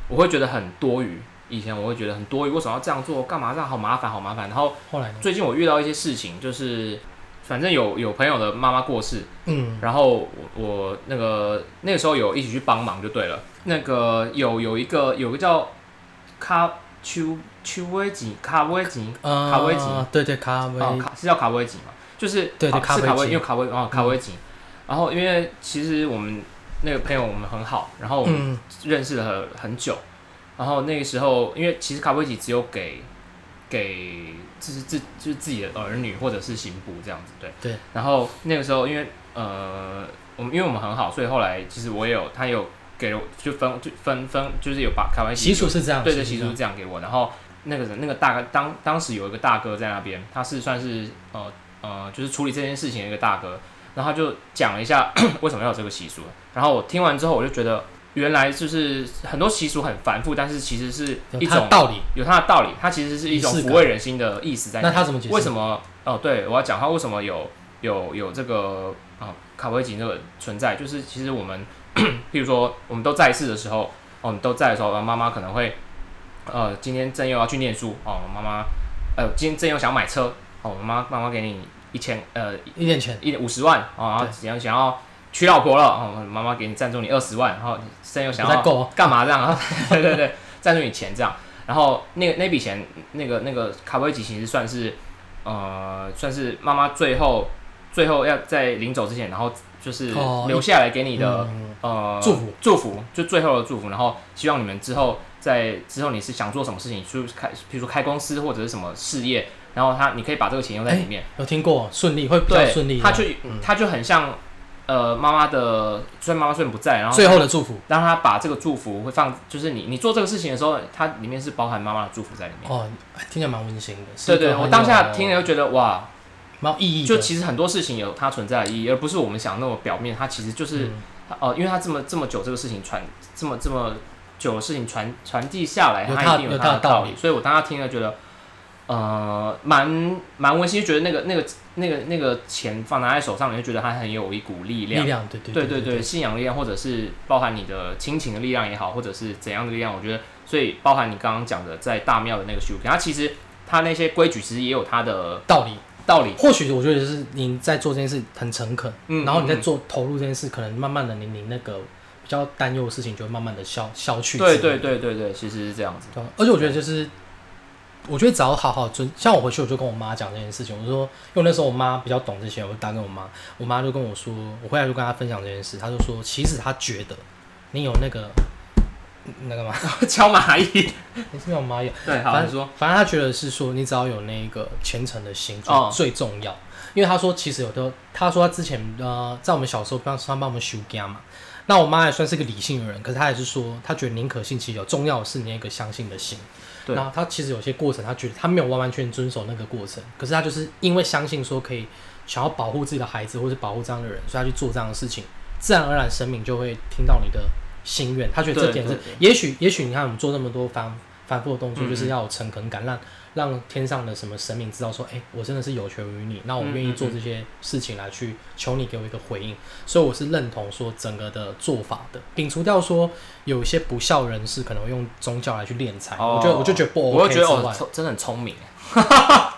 Speaker 1: 我会觉得很多余。以前我会觉得很多余，为什么要这样做？干嘛这样？好麻烦，好麻烦。然后
Speaker 2: 后来呢？
Speaker 1: 最近我遇到一些事情，就是反正有有朋友的妈妈过世，
Speaker 2: 嗯，
Speaker 1: 然后我我那个那个时候有一起去帮忙就对了。那个有有一个有个叫卡丘丘威吉卡威吉
Speaker 2: 呃，
Speaker 1: 卡威吉，
Speaker 2: 对对卡威，
Speaker 1: 哦，卡是叫卡威吉嘛，就是
Speaker 2: 对对
Speaker 1: 啊
Speaker 2: 卡
Speaker 1: 是
Speaker 2: 威
Speaker 1: 卡威，
Speaker 2: 吉嗯
Speaker 1: 因为卡威哦卡威吉。然后因为其实我们那个朋友我们很好，然后我们
Speaker 2: 嗯
Speaker 1: 认识了很很久。然后那个时候，因为其实卡威吉只有给给就是自就是自己的儿女或者是刑部这样子，对
Speaker 2: 对。
Speaker 1: 然后那个时候，因为呃，我们因为我们很好，所以后来其实我也有他也有给了我就分就分分就是有把卡威吉
Speaker 2: 习俗是这样，
Speaker 1: 对对，
Speaker 2: 习
Speaker 1: 习
Speaker 2: 俗
Speaker 1: 俗
Speaker 2: 是
Speaker 1: 是这样给我。然后那个人那个大哥当当时有一个大哥在那边，他是算是呃呃就是处理这件事情的一个大哥，然后他就讲了一下 为什么要有这个习俗。然后我听完之后，我就觉得原来就是很多习俗很繁复，但是其实是
Speaker 2: 这样
Speaker 1: 一
Speaker 2: 有它的
Speaker 1: 种
Speaker 2: 道理。
Speaker 1: 有它的道理，它其实是一种
Speaker 2: 仪式
Speaker 1: 抚
Speaker 2: 感
Speaker 1: 慰人心的意思在里
Speaker 2: 那
Speaker 1: 面。
Speaker 2: 他怎么解释？
Speaker 1: 为什么？哦，对，我要讲他为什么有有有这个啊、卡威吉这个存在，就是其实我们， 譬如说我们都在世的时候，哦，你都在的时候，呃妈妈可能会，呃，今天正佑要去念书，哦，妈妈，呃，今天正佑想买车，哦，妈妈妈妈给你一千，呃，
Speaker 2: 一点钱？
Speaker 1: 一五十万，哦，然后
Speaker 2: 对
Speaker 1: 想要想要娶老婆了，哦，妈妈给你赞助你二十万，然后正佑想
Speaker 2: 不太
Speaker 1: 要
Speaker 2: 够哦
Speaker 1: 干嘛这样？然后 对对对，赞助你钱这样。然后那个那笔钱，那个那个卡威吉其实算是呃，算是妈妈最后最后要在临走之前，然后就是
Speaker 2: 哦
Speaker 1: 留下来给你的、
Speaker 2: 嗯
Speaker 1: 呃
Speaker 2: 祝福
Speaker 1: 祝福，就最后的祝福。然后希望你们之后在之后你是想做什么事情，去开，比如说开公司或者是什么事业，然后他你可以把这个钱用在里面。
Speaker 2: 有听过顺利会比较
Speaker 1: 对，
Speaker 2: 顺利嗯的，
Speaker 1: 他就他就很像呃妈妈的，虽然妈妈虽然不在，然后
Speaker 2: 最后的祝福
Speaker 1: 让他把这个祝福会放，就是你你做这个事情的时候，它里面是包含妈妈的祝福在里面。
Speaker 2: 哦，听起来蛮温馨的。
Speaker 1: 对
Speaker 2: 是一个
Speaker 1: 对，
Speaker 2: 很
Speaker 1: 我当下
Speaker 2: 有
Speaker 1: 听了就觉得哇，
Speaker 2: 蛮有意义的，
Speaker 1: 就其实很多事情有它存在的意义，而不是我们想的那么表面。它其实
Speaker 2: 嗯
Speaker 1: 就是、呃，因为它这么这么久这个事情传这么这么久的事情传传递下来，
Speaker 2: 有它
Speaker 1: 它一定
Speaker 2: 有它
Speaker 1: 它
Speaker 2: 的
Speaker 1: 的
Speaker 2: 道
Speaker 1: 道
Speaker 2: 理
Speaker 1: 所以我当下听了觉得呃蛮蛮温馨，觉得那个那个那个那个钱放拿在手上，你就觉得它很有一股力量
Speaker 2: 力。量，对对
Speaker 1: 对
Speaker 2: 对
Speaker 1: 对对，信仰力量，或者是包含你的亲情的力量也好，或者是怎样的力量，我觉得，所以包含你刚刚讲的在大庙的那个修品，它其实它那些规矩其实也有它的
Speaker 2: 道理。
Speaker 1: 道理。
Speaker 2: 或许我觉得是你在做这件事很诚恳，
Speaker 1: 嗯
Speaker 2: 然后你在
Speaker 1: 嗯嗯
Speaker 2: 做投入这件事，可能慢慢的你你那个比较担忧的事情就会慢慢的消消去之类
Speaker 1: 对
Speaker 2: 的。
Speaker 1: 对对对对，其实是这样子。
Speaker 2: 对啊，而且我觉得就是，我觉得只要好好尊，像我回去我就跟我妈讲这件事情，我就说，因为那时候我妈比较懂这些，我就打给我妈，我妈就跟我说，我回来就跟她分享这件事，她就说，其实她觉得你有那个那个嘛，
Speaker 1: 敲蚂蚁，
Speaker 2: 你是没有妈有，
Speaker 1: 对，好，
Speaker 2: 反
Speaker 1: 你
Speaker 2: 正
Speaker 1: 说，
Speaker 2: 反正她觉得是说，你只要有那个虔诚的心最、
Speaker 1: 哦
Speaker 2: 最重要，因为她说其实有的，她说她之前呃，在我们小时候帮她帮我们修家嘛。那我妈也算是个理性的人，可是她还是说，她觉得宁可信其有，重要的是你那个相信的心。
Speaker 1: 对
Speaker 2: 然后他其实有些过程，他觉得他没有完完全全遵守那个过程，可是他就是因为相信说可以想要保护自己的孩子，或是保护这样的人，所以他去做这样的事情，自然而然神明就会听到你的心愿。他觉得这
Speaker 1: 对
Speaker 2: 点是
Speaker 1: 对对，
Speaker 2: 也许也许你看我们做那么多反反复的动作，
Speaker 1: 嗯嗯
Speaker 2: 就是要有诚恳感，让让天上的什么神明知道说，哎、我真的是有求于你，那我愿意做这些事情来去求你给我一个回应。所以我是认同说整个的做法的，摒除掉说有一些不孝人士可能会用宗教来去敛财，
Speaker 1: 哦
Speaker 2: 我觉得我就觉得不
Speaker 1: 我
Speaker 2: OK
Speaker 1: 又觉
Speaker 2: 之
Speaker 1: 得哦
Speaker 2: 外，，
Speaker 1: 聪真的很聪明。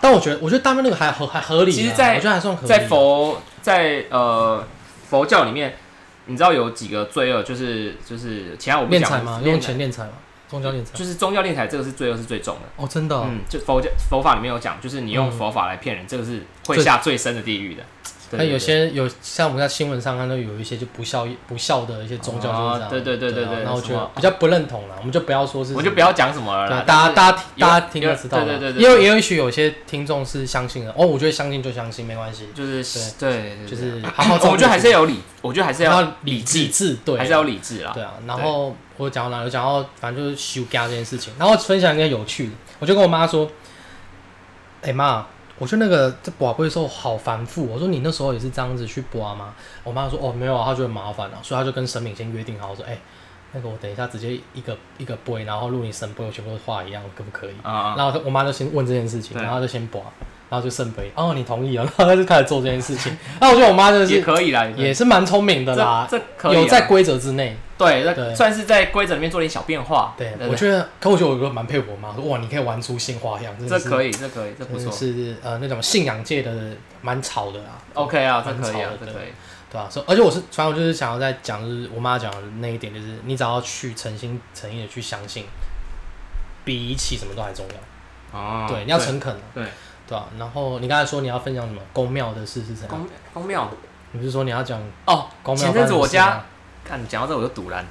Speaker 2: 但我觉得我觉得大面那个还合还合理啊，
Speaker 1: 其实在
Speaker 2: 我觉得还算合理，
Speaker 1: 在佛在呃佛教里面，你知道有几个罪恶，就是就是其他我不
Speaker 2: 敛
Speaker 1: 讲
Speaker 2: 财嘛，用钱敛财嘛，宗教敛财，
Speaker 1: 就是宗教敛财这个是罪恶是最重的。
Speaker 2: 哦，真的哦、嗯
Speaker 1: 嗯，就佛教佛法里面有讲，就是你用佛法来骗人，这个是会下最深的地狱的。对
Speaker 2: 那有
Speaker 1: 对
Speaker 2: 些有像我们在新闻上看到有一些就不孝不孝的一些宗教就是这样，
Speaker 1: 哦对对对对
Speaker 2: 啊
Speaker 1: 对
Speaker 2: 然后我觉
Speaker 1: 什
Speaker 2: 得
Speaker 1: 么
Speaker 2: 比较不认同了，我们就不要说是
Speaker 1: 对
Speaker 2: 什么，
Speaker 1: 我就不要讲什么了
Speaker 2: 对啊
Speaker 1: 啦。
Speaker 2: 大家大家
Speaker 1: 有
Speaker 2: 大家听就
Speaker 1: 有
Speaker 2: 知道了，
Speaker 1: 对对对对
Speaker 2: 也有也有许有些听众是相信的，哦，我觉得相信就相信没关系，
Speaker 1: 就是就是对，
Speaker 2: 就
Speaker 1: 对
Speaker 2: 是
Speaker 1: 对
Speaker 2: 好好照顾
Speaker 1: 我觉得还是要有理，我觉得还是要
Speaker 2: 要理
Speaker 1: 智
Speaker 2: 理智，对，
Speaker 1: 还是要理智啦。
Speaker 2: 对啊，然后我讲到哪？我讲到反正就是休假这件事情，然后分享一个有趣的，我就跟我妈说：“哎、妈，我觉得那个在卜卦的时候好繁复。我说你那时候也是这样子去卜吗？我妈说哦没有啊，她觉得麻烦啊，所以她就跟神明先约定好，我说哎、那个我等一下直接一个一个杯，然后录你神杯，我全部都画一样，可不可以？
Speaker 1: 啊、
Speaker 2: 然后她我妈就先问这件事情，
Speaker 1: 对
Speaker 2: 然后她就先卜，然后就圣杯，哦你同意了，然后她就开始做这件 事情。那我觉得我妈真的
Speaker 1: 也
Speaker 2: 是
Speaker 1: 可以啦，也可以
Speaker 2: 也是蛮聪明的啦，
Speaker 1: 这这可以啊
Speaker 2: 有在规则之内。
Speaker 1: 对，那
Speaker 2: 对
Speaker 1: 算是在规则里面做点小变化。
Speaker 2: 对，
Speaker 1: 对
Speaker 2: 我觉得，可我觉得我哥蛮佩服我妈，说哇，你可以玩出新花样，真
Speaker 1: 这
Speaker 2: 的是
Speaker 1: 可以，这可以，这不
Speaker 2: 真的
Speaker 1: 错。
Speaker 2: 是呃那种信仰界的蛮吵的啊。
Speaker 1: OK 啊，这
Speaker 2: 蛮
Speaker 1: 可以啊
Speaker 2: 潮，
Speaker 1: 这
Speaker 2: 的
Speaker 1: 可以。
Speaker 2: 对啊，所以而且我是，反正我就是想要再讲，就是我妈讲的那一点，就是你只要去诚心诚意的去相信，比起什么都还重要。
Speaker 1: 哦
Speaker 2: 对，你要诚恳啊，
Speaker 1: 对
Speaker 2: 对啊。然后你刚才说你要分享什么宫庙的事是怎样？
Speaker 1: 公公庙
Speaker 2: 你不是说你要讲
Speaker 1: 哦，
Speaker 2: 宫庙
Speaker 1: 前
Speaker 2: 啊发
Speaker 1: 阵
Speaker 2: 生的事吗？啊
Speaker 1: 子我家看讲到这我就堵然。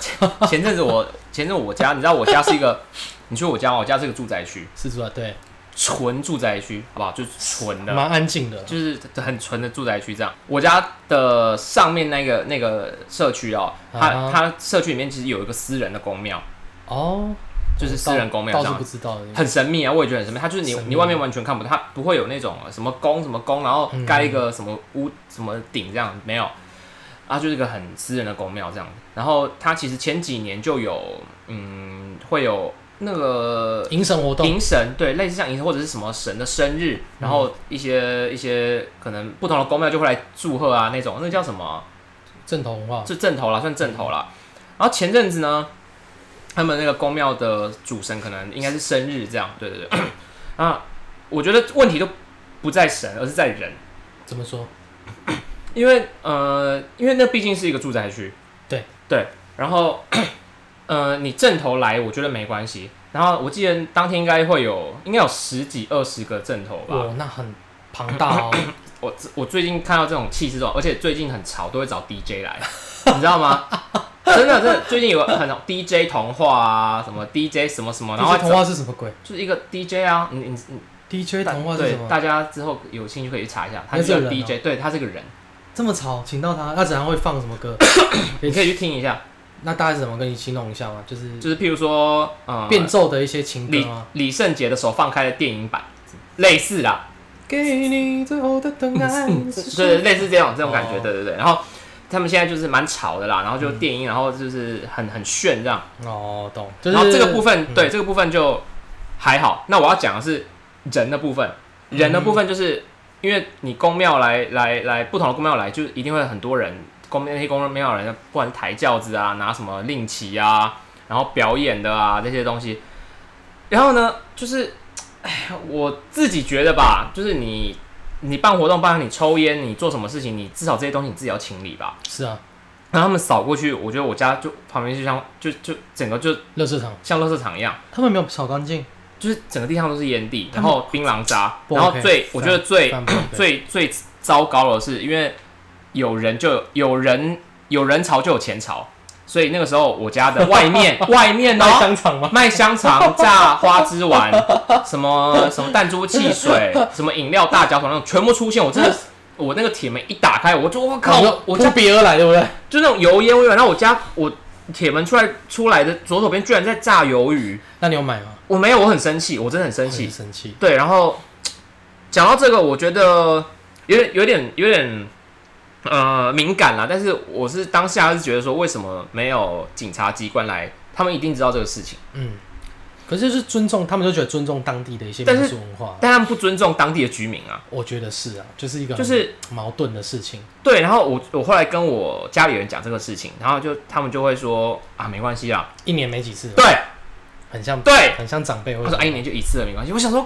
Speaker 1: 前前阵子我前阵子我家，你知道我家是一个， 你去我家吗？我家是一个住宅区，
Speaker 2: 是住啊，对，
Speaker 1: 纯住宅区，好不好？就是纯的，
Speaker 2: 蛮安静的，
Speaker 1: 就是很纯的住宅区这样。我家的上面那个那个社区哦，它
Speaker 2: 啊
Speaker 1: 它社区里面其实有一个私人的公庙，
Speaker 2: 哦，
Speaker 1: 就是私人公庙
Speaker 2: 倒
Speaker 1: 这
Speaker 2: 是
Speaker 1: 样
Speaker 2: 不知道的，
Speaker 1: 很神秘啊，我也觉得很神秘。它就是你
Speaker 2: 神秘
Speaker 1: 你外面完全看不到，它不会有那种什么宫什么宫，然
Speaker 2: 嗯
Speaker 1: 后盖一个什么屋、什么顶这样没有，啊，就是一个很私人的宫庙这样。然后它其实前几年就有，嗯，会有那个
Speaker 2: 迎神活动，
Speaker 1: 迎神，对，类似像迎神或者是什么神的生日，然
Speaker 2: 嗯
Speaker 1: 后一些一些可能不同的宫庙就会来祝贺啊那种，那叫什么啊、
Speaker 2: 正统文化，
Speaker 1: 是正头啦，算正头啦。然后前阵子呢，他们那个公庙的主神可能应该是生日这样，对对对。 啊，我觉得问题都不在神，而是在人，
Speaker 2: 怎么说？
Speaker 1: 因为呃，因为那毕竟是一个住宅区，
Speaker 2: 对
Speaker 1: 对。然后 呃，你正头来，我觉得没关系。然后我记得当天应该会有，应该有十几二十个正头吧。
Speaker 2: 哇，那很庞大哦，
Speaker 1: 我我最近看到这种气势，这种而且最近很潮，都会找 DJ 来，你知道吗？真的，这最近有很 DJ 童话啊，什么 DJ 什么什么，然后
Speaker 2: DJ 童话是什么鬼
Speaker 1: 就是一个 DJ 啊，你你你
Speaker 2: ？DJ
Speaker 1: 大
Speaker 2: 童话是
Speaker 1: 对
Speaker 2: 什么？
Speaker 1: 大家之后有兴趣可以去查一下，他
Speaker 2: 那
Speaker 1: 是
Speaker 2: 是
Speaker 1: 一
Speaker 2: 个
Speaker 1: 个
Speaker 2: 人哦
Speaker 1: DJ，对他是个人，
Speaker 2: 这么吵，请到他，他怎样会放什么 歌？
Speaker 1: 你可以去听一下，
Speaker 2: 那大概是怎么跟你形容一下吗？就是
Speaker 1: 就是譬如说，嗯，
Speaker 2: 变奏的一些情歌
Speaker 1: 李
Speaker 2: 吗？
Speaker 1: 李圣杰的手放开的电影版，类似啦，
Speaker 2: 给你最后的疼爱， 是
Speaker 1: 对，类似这种这种感觉，
Speaker 2: 哦嗯
Speaker 1: 对对对，然后。他们现在就是蛮吵的啦，然后就电音，然后就是很很炫这样，
Speaker 2: 哦，懂。就是
Speaker 1: 然后这个部分，
Speaker 2: 嗯
Speaker 1: 对这个部分就还好。那我要讲的是人的部分，人的部分就是、因为你公庙来来来不同的公庙来，就一定会很多人，公那些公庙人，不管是抬轿子啊，拿什么令旗啊，然后表演的啊这些东西。哎然后呢，就是，哎，我自己觉得吧，就是你你办活动，包括你抽烟，你做什么事情，你至少这些东西你自己要清理吧。
Speaker 2: 是啊，
Speaker 1: 然后他们扫过去，我觉得我家就旁边就像就就整个就
Speaker 2: 乐色场
Speaker 1: 像垃圾场一样。
Speaker 2: 他们没有扫干净，
Speaker 1: 就是整个地上都是烟蒂，
Speaker 2: 他
Speaker 1: 然
Speaker 2: 们
Speaker 1: 后槟榔渣，
Speaker 2: 不
Speaker 1: 然后
Speaker 2: OK，
Speaker 1: 最我觉得最
Speaker 2: 犯不犯规
Speaker 1: 最最糟糕的是，因为有人就有有人有人潮就有钱潮，所以那个时候我 家的外面外面
Speaker 2: 卖
Speaker 1: 哦。
Speaker 2: 香肠吗？
Speaker 1: 卖香肠、炸花枝丸、什么什么弹珠汽 水、什么饮料大脚桶那种，全部出现。我真的，我那个铁门一打开，我就我靠，我我
Speaker 2: 扑
Speaker 1: 家
Speaker 2: 鼻而来，对不对？
Speaker 1: 就那种油烟味。然后我家我铁门出来出来的左手边居然在炸鱿鱼，
Speaker 2: 那你有买吗？
Speaker 1: 我没有，我很生气，我真的很生气
Speaker 2: 很。生气，
Speaker 1: 对，然后讲到这个，我觉得有点、有点、有点呃敏感啦。但是我是当下是觉得说，为什么没有警察机关来？他们一定知道这个事情，
Speaker 2: 嗯。可是就是尊重，他们就觉得尊重当地的一些
Speaker 1: 但是
Speaker 2: 民俗文化，
Speaker 1: 但他们不尊重当地的居民啊。
Speaker 2: 我觉得是啊，就是一个
Speaker 1: 就是
Speaker 2: 很矛盾的事情。
Speaker 1: 对，然后我我后来跟我家里人讲这个事情，然后就他们就会说啊，没关系啦。
Speaker 2: 一年没几次，
Speaker 1: 对，
Speaker 2: 很像
Speaker 1: 对
Speaker 2: 很像长辈会
Speaker 1: 他说啊，一年就一次了，没关系。我想说，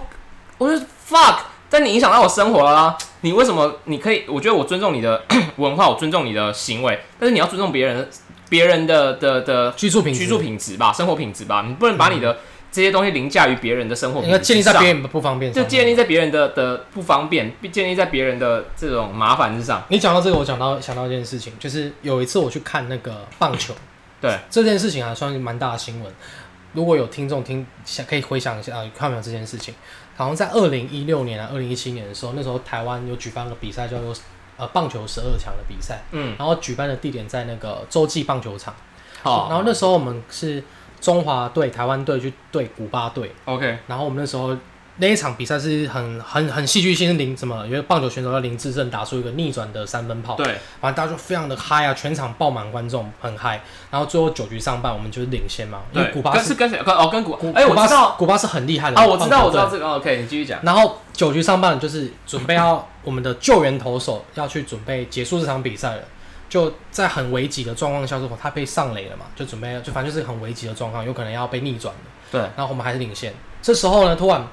Speaker 1: 我就 fuck，但你影响到我生活了啊！你为什么你可以？我觉得我尊重你的 文化，我尊重你的行为，但是你要尊重别人别人的的的
Speaker 2: 居住品质
Speaker 1: 居住品质吧，生活品质吧，你不能把你的这些东西凌驾于别人的生活
Speaker 2: 应
Speaker 1: 品
Speaker 2: 该
Speaker 1: 质
Speaker 2: 建立
Speaker 1: 之
Speaker 2: 在
Speaker 1: 上
Speaker 2: 别人不方便上
Speaker 1: 就
Speaker 2: 面，
Speaker 1: 建立在别人的的不方便，建立在别人的这种麻烦之上。
Speaker 2: 你讲到这个，我讲到想到一件事情，就是有一次我去看那个棒球，
Speaker 1: 对
Speaker 2: 这件事情还算是蛮大的新闻。如果有听众听想可以回想一下，呃，看没有这件事情？好像在二零一六年啊，二零一七年的时候，那时候台湾有举办个比赛，叫做呃棒球十二强的比赛，
Speaker 1: 嗯，
Speaker 2: 然后举办的地点在那个洲际棒球场。
Speaker 1: 好，
Speaker 2: 然后那时候我们是中华队、台湾队去对古巴队，
Speaker 1: OK，
Speaker 2: 然后我们那时候那一场比赛是很很很戏剧性，是零什么？因为棒球选手要林志胜打出一个逆转的三分炮，
Speaker 1: 对，
Speaker 2: 反正大家就非常的嗨啊，全场爆满观众，很嗨。然后最后九局上半，我们就是领先嘛，因为
Speaker 1: 对，
Speaker 2: 古巴
Speaker 1: 跟
Speaker 2: 是
Speaker 1: 是跟谁？跟哦，跟古
Speaker 2: 古，
Speaker 1: 哎，我
Speaker 2: 古巴
Speaker 1: 知
Speaker 2: 是
Speaker 1: 道
Speaker 2: 古巴是很厉害的
Speaker 1: 啊，我知道，我知道
Speaker 2: 棒球队
Speaker 1: 这个。哦 OK，你继续讲。
Speaker 2: 然后九局上半就是准备要我们的救援投手要去准备结束这场比赛了，就在很危急的状况下，如哦果他被上垒了嘛，就准备要就反正就是很危急的状况，有可能要被逆转了。
Speaker 1: 对，
Speaker 2: 然后我们还是领先。这时候呢，突然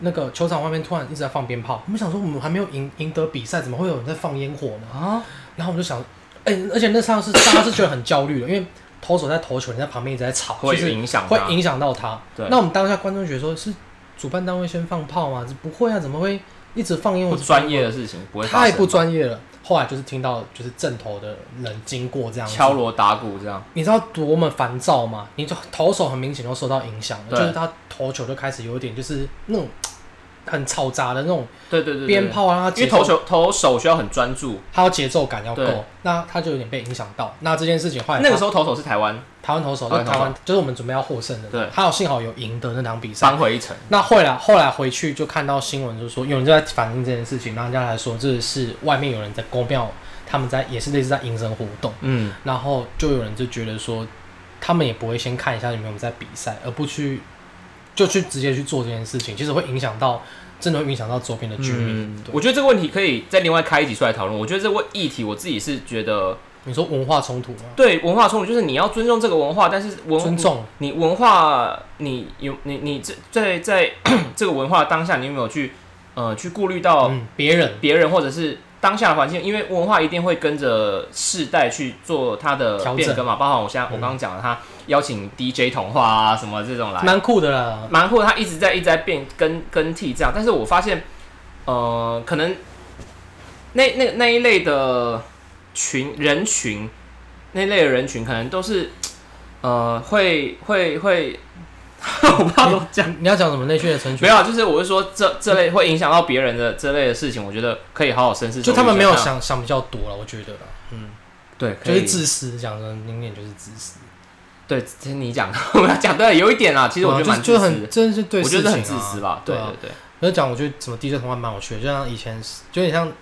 Speaker 2: 那个球场外面突然一直在放鞭炮，我们想说我们还没有赢赢得比赛，怎么会有人在放烟火呢？
Speaker 1: 啊，
Speaker 2: 然后我们就想，哎、而且那上是大家是觉得很焦虑的，因为投手在投球，你在旁边一直在吵，
Speaker 1: 会
Speaker 2: 就是
Speaker 1: 影响，
Speaker 2: 会。影响到他。
Speaker 1: 对
Speaker 2: 那我们当下观众觉得说是主办单位先放炮吗？不会啊，怎么会一直放烟火？
Speaker 1: 不专业的事情不会发
Speaker 2: 太
Speaker 1: 生，
Speaker 2: 不专业了。后来就是听到就是正头的人经过这样子
Speaker 1: 敲锣打鼓这样。
Speaker 2: 你知道多么烦躁吗？你就投手很明显就受到影响了，就
Speaker 1: 对
Speaker 2: 是他投球就开始有一点就是那种很嘈杂的那种
Speaker 1: 对对对，对
Speaker 2: 鞭，炮啊，
Speaker 1: 因为
Speaker 2: 节奏
Speaker 1: 投球投手需要很专注。
Speaker 2: 他要节奏感要
Speaker 1: 对
Speaker 2: 够，那他就有点被影响到。那这件事情后来
Speaker 1: 那个
Speaker 2: 发
Speaker 1: 时候投手是台湾
Speaker 2: 台湾投手
Speaker 1: 台
Speaker 2: 就
Speaker 1: 湾投手
Speaker 2: 台湾就是我们准备要获胜的，
Speaker 1: 对
Speaker 2: 还好幸好有赢得那场比赛。
Speaker 1: 扳回一城，
Speaker 2: 那后来后来回去就看到新闻，就说有人就在反映这件事情，然后人家来说这是外面有人在公庙，他们在也是类似在迎神活动。
Speaker 1: 嗯，
Speaker 2: 然后就有人就觉得说，他们也不会先看一下有没有在比赛，而不去就去直接去做这件事情，其实会影响到，真的会影响到周
Speaker 1: 嗯
Speaker 2: 边的居民。对，
Speaker 1: 我觉得这个问题可以再另外开一集出来讨论。我觉得这个议题我自己是觉得，
Speaker 2: 你说文化冲突吗？
Speaker 1: 对文化冲突就是你要尊重这个文化，但是文
Speaker 2: 尊重
Speaker 1: 你文化，你有你你这在在 这个文化当下，你有没有去呃去顾虑到
Speaker 2: 嗯，别人
Speaker 1: 别人或者是当下的环境？因为文化一定会跟着世代去做它的
Speaker 2: 调整
Speaker 1: 变更嘛，包含我现在我刚刚讲的，他邀请 DJ 童话啊什么这种来，
Speaker 2: 蛮酷的啦。
Speaker 1: 蛮酷的，它一直在一直在变更更替这样。但是我发现，呃，可能那那那一类的群人群，那类的人群可能都是呃会会会， 我不知道怎么讲。
Speaker 2: 你要讲什么内训的程序
Speaker 1: 没？有啊，就是我是说这这类会影响到别人的这类的事情，我觉得可以好好深思。
Speaker 2: 就他们没有
Speaker 1: 那，
Speaker 2: 想想比较多了，我觉得啦，嗯，
Speaker 1: 对，
Speaker 2: 就
Speaker 1: 可
Speaker 2: 是
Speaker 1: 以
Speaker 2: 自私，讲的明点就是自私。
Speaker 1: 对，这是你讲 的，我要讲对，有一点啦。其
Speaker 2: 其
Speaker 1: 实我觉得蛮
Speaker 2: 啊就
Speaker 1: 自
Speaker 2: 是
Speaker 1: 私
Speaker 2: 很，真的是对
Speaker 1: 我觉
Speaker 2: 事
Speaker 1: 得
Speaker 2: 情啊，
Speaker 1: 很自私吧。对
Speaker 2: 对啊
Speaker 1: 对对，
Speaker 2: 我就讲，我觉得什么 DJ 同伴蛮有趣的，就像以前，就有点像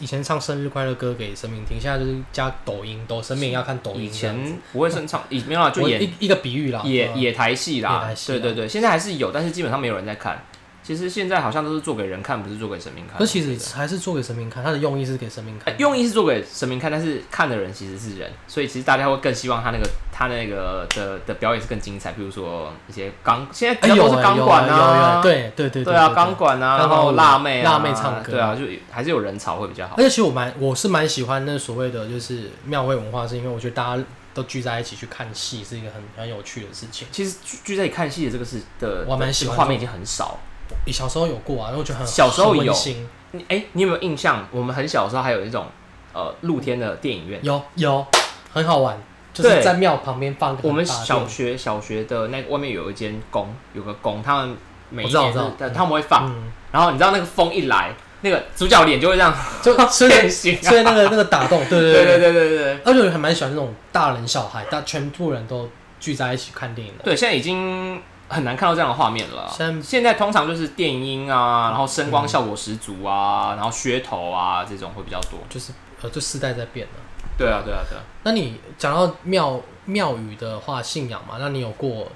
Speaker 2: 以前唱生日快乐歌给生命听，现在就是加抖音，抖生命要看抖音
Speaker 1: 以
Speaker 2: 哦这样子。
Speaker 1: 前不会顺畅，以没有啦，就
Speaker 2: 我
Speaker 1: 演
Speaker 2: 一一个比喻啦，
Speaker 1: 野
Speaker 2: 对啊
Speaker 1: 野台戏
Speaker 2: 野
Speaker 1: 啦
Speaker 2: 台，戏啦
Speaker 1: 对对对，现在还是有，但是基本上没有人在看。其实现在好像都是做给人看，不是做给神明看。
Speaker 2: 可是其
Speaker 1: 我觉
Speaker 2: 实还是做给神明看，它的用意是给神明
Speaker 1: 得、哎
Speaker 2: 看。
Speaker 1: 用意是做给神明看，但是看的人其实是人，所以其实大家会更希望他那个他那个的的表演是更精彩。比如说一些钢，现在比
Speaker 2: 哎
Speaker 1: 较
Speaker 2: 有
Speaker 1: 多是
Speaker 2: 哎
Speaker 1: 钢
Speaker 2: 有
Speaker 1: 管
Speaker 2: 有有
Speaker 1: 啊，
Speaker 2: 有对对对
Speaker 1: 对啊，钢。管啊，然
Speaker 2: 钢管
Speaker 1: 后
Speaker 2: 舞
Speaker 1: 辣妹啊，
Speaker 2: 辣妹唱歌
Speaker 1: 对啊，就还是有人潮会比较好
Speaker 2: 而。且其实我蛮我是蛮喜欢那所谓的就是庙会文化，是因为我觉得大家都聚在一起去看戏是一个很很有趣的事情。
Speaker 1: 其实聚聚在一起看戏的这个是的，
Speaker 2: 我还蛮
Speaker 1: 的
Speaker 2: 喜
Speaker 1: 这个画
Speaker 2: 欢这
Speaker 1: 面已经很少。
Speaker 2: 你小时候有过啊，然后我觉得很
Speaker 1: 小时候
Speaker 2: 很温
Speaker 1: 有
Speaker 2: 馨
Speaker 1: 你哎、你有没有印象？我们很小的时候还有一种呃露天的电影院。
Speaker 2: 有有很好玩，就是
Speaker 1: 对
Speaker 2: 在庙旁边放一个很
Speaker 1: 我们
Speaker 2: 大的
Speaker 1: 小
Speaker 2: 电
Speaker 1: 学小学的那个外面有一间宫，有个宫，他们每一
Speaker 2: 我知道
Speaker 1: 年
Speaker 2: 我知道
Speaker 1: 就是
Speaker 2: 嗯
Speaker 1: 他们会放，
Speaker 2: 嗯
Speaker 1: 然后你知道那个风一来，那个主角脸就会这样
Speaker 2: 就所以
Speaker 1: 变形啊。
Speaker 2: 所以那个那个打动，对
Speaker 1: 对
Speaker 2: 对
Speaker 1: 对
Speaker 2: 对
Speaker 1: 对对对
Speaker 2: 而且我还蛮喜欢那种大人小孩，大全部人都聚在一起看电影的。
Speaker 1: 对，现在已经很难看到这样的画面了。
Speaker 2: 现在
Speaker 1: 现在通常就是电音
Speaker 2: 嗯
Speaker 1: 啊，然后声光效果十足啊，然后噱头啊这种会比较多。
Speaker 2: 就是呃，就世代在变了。
Speaker 1: 对啊，对啊，对啊。
Speaker 2: 那你讲到庙庙宇的话，信仰嘛，那你有过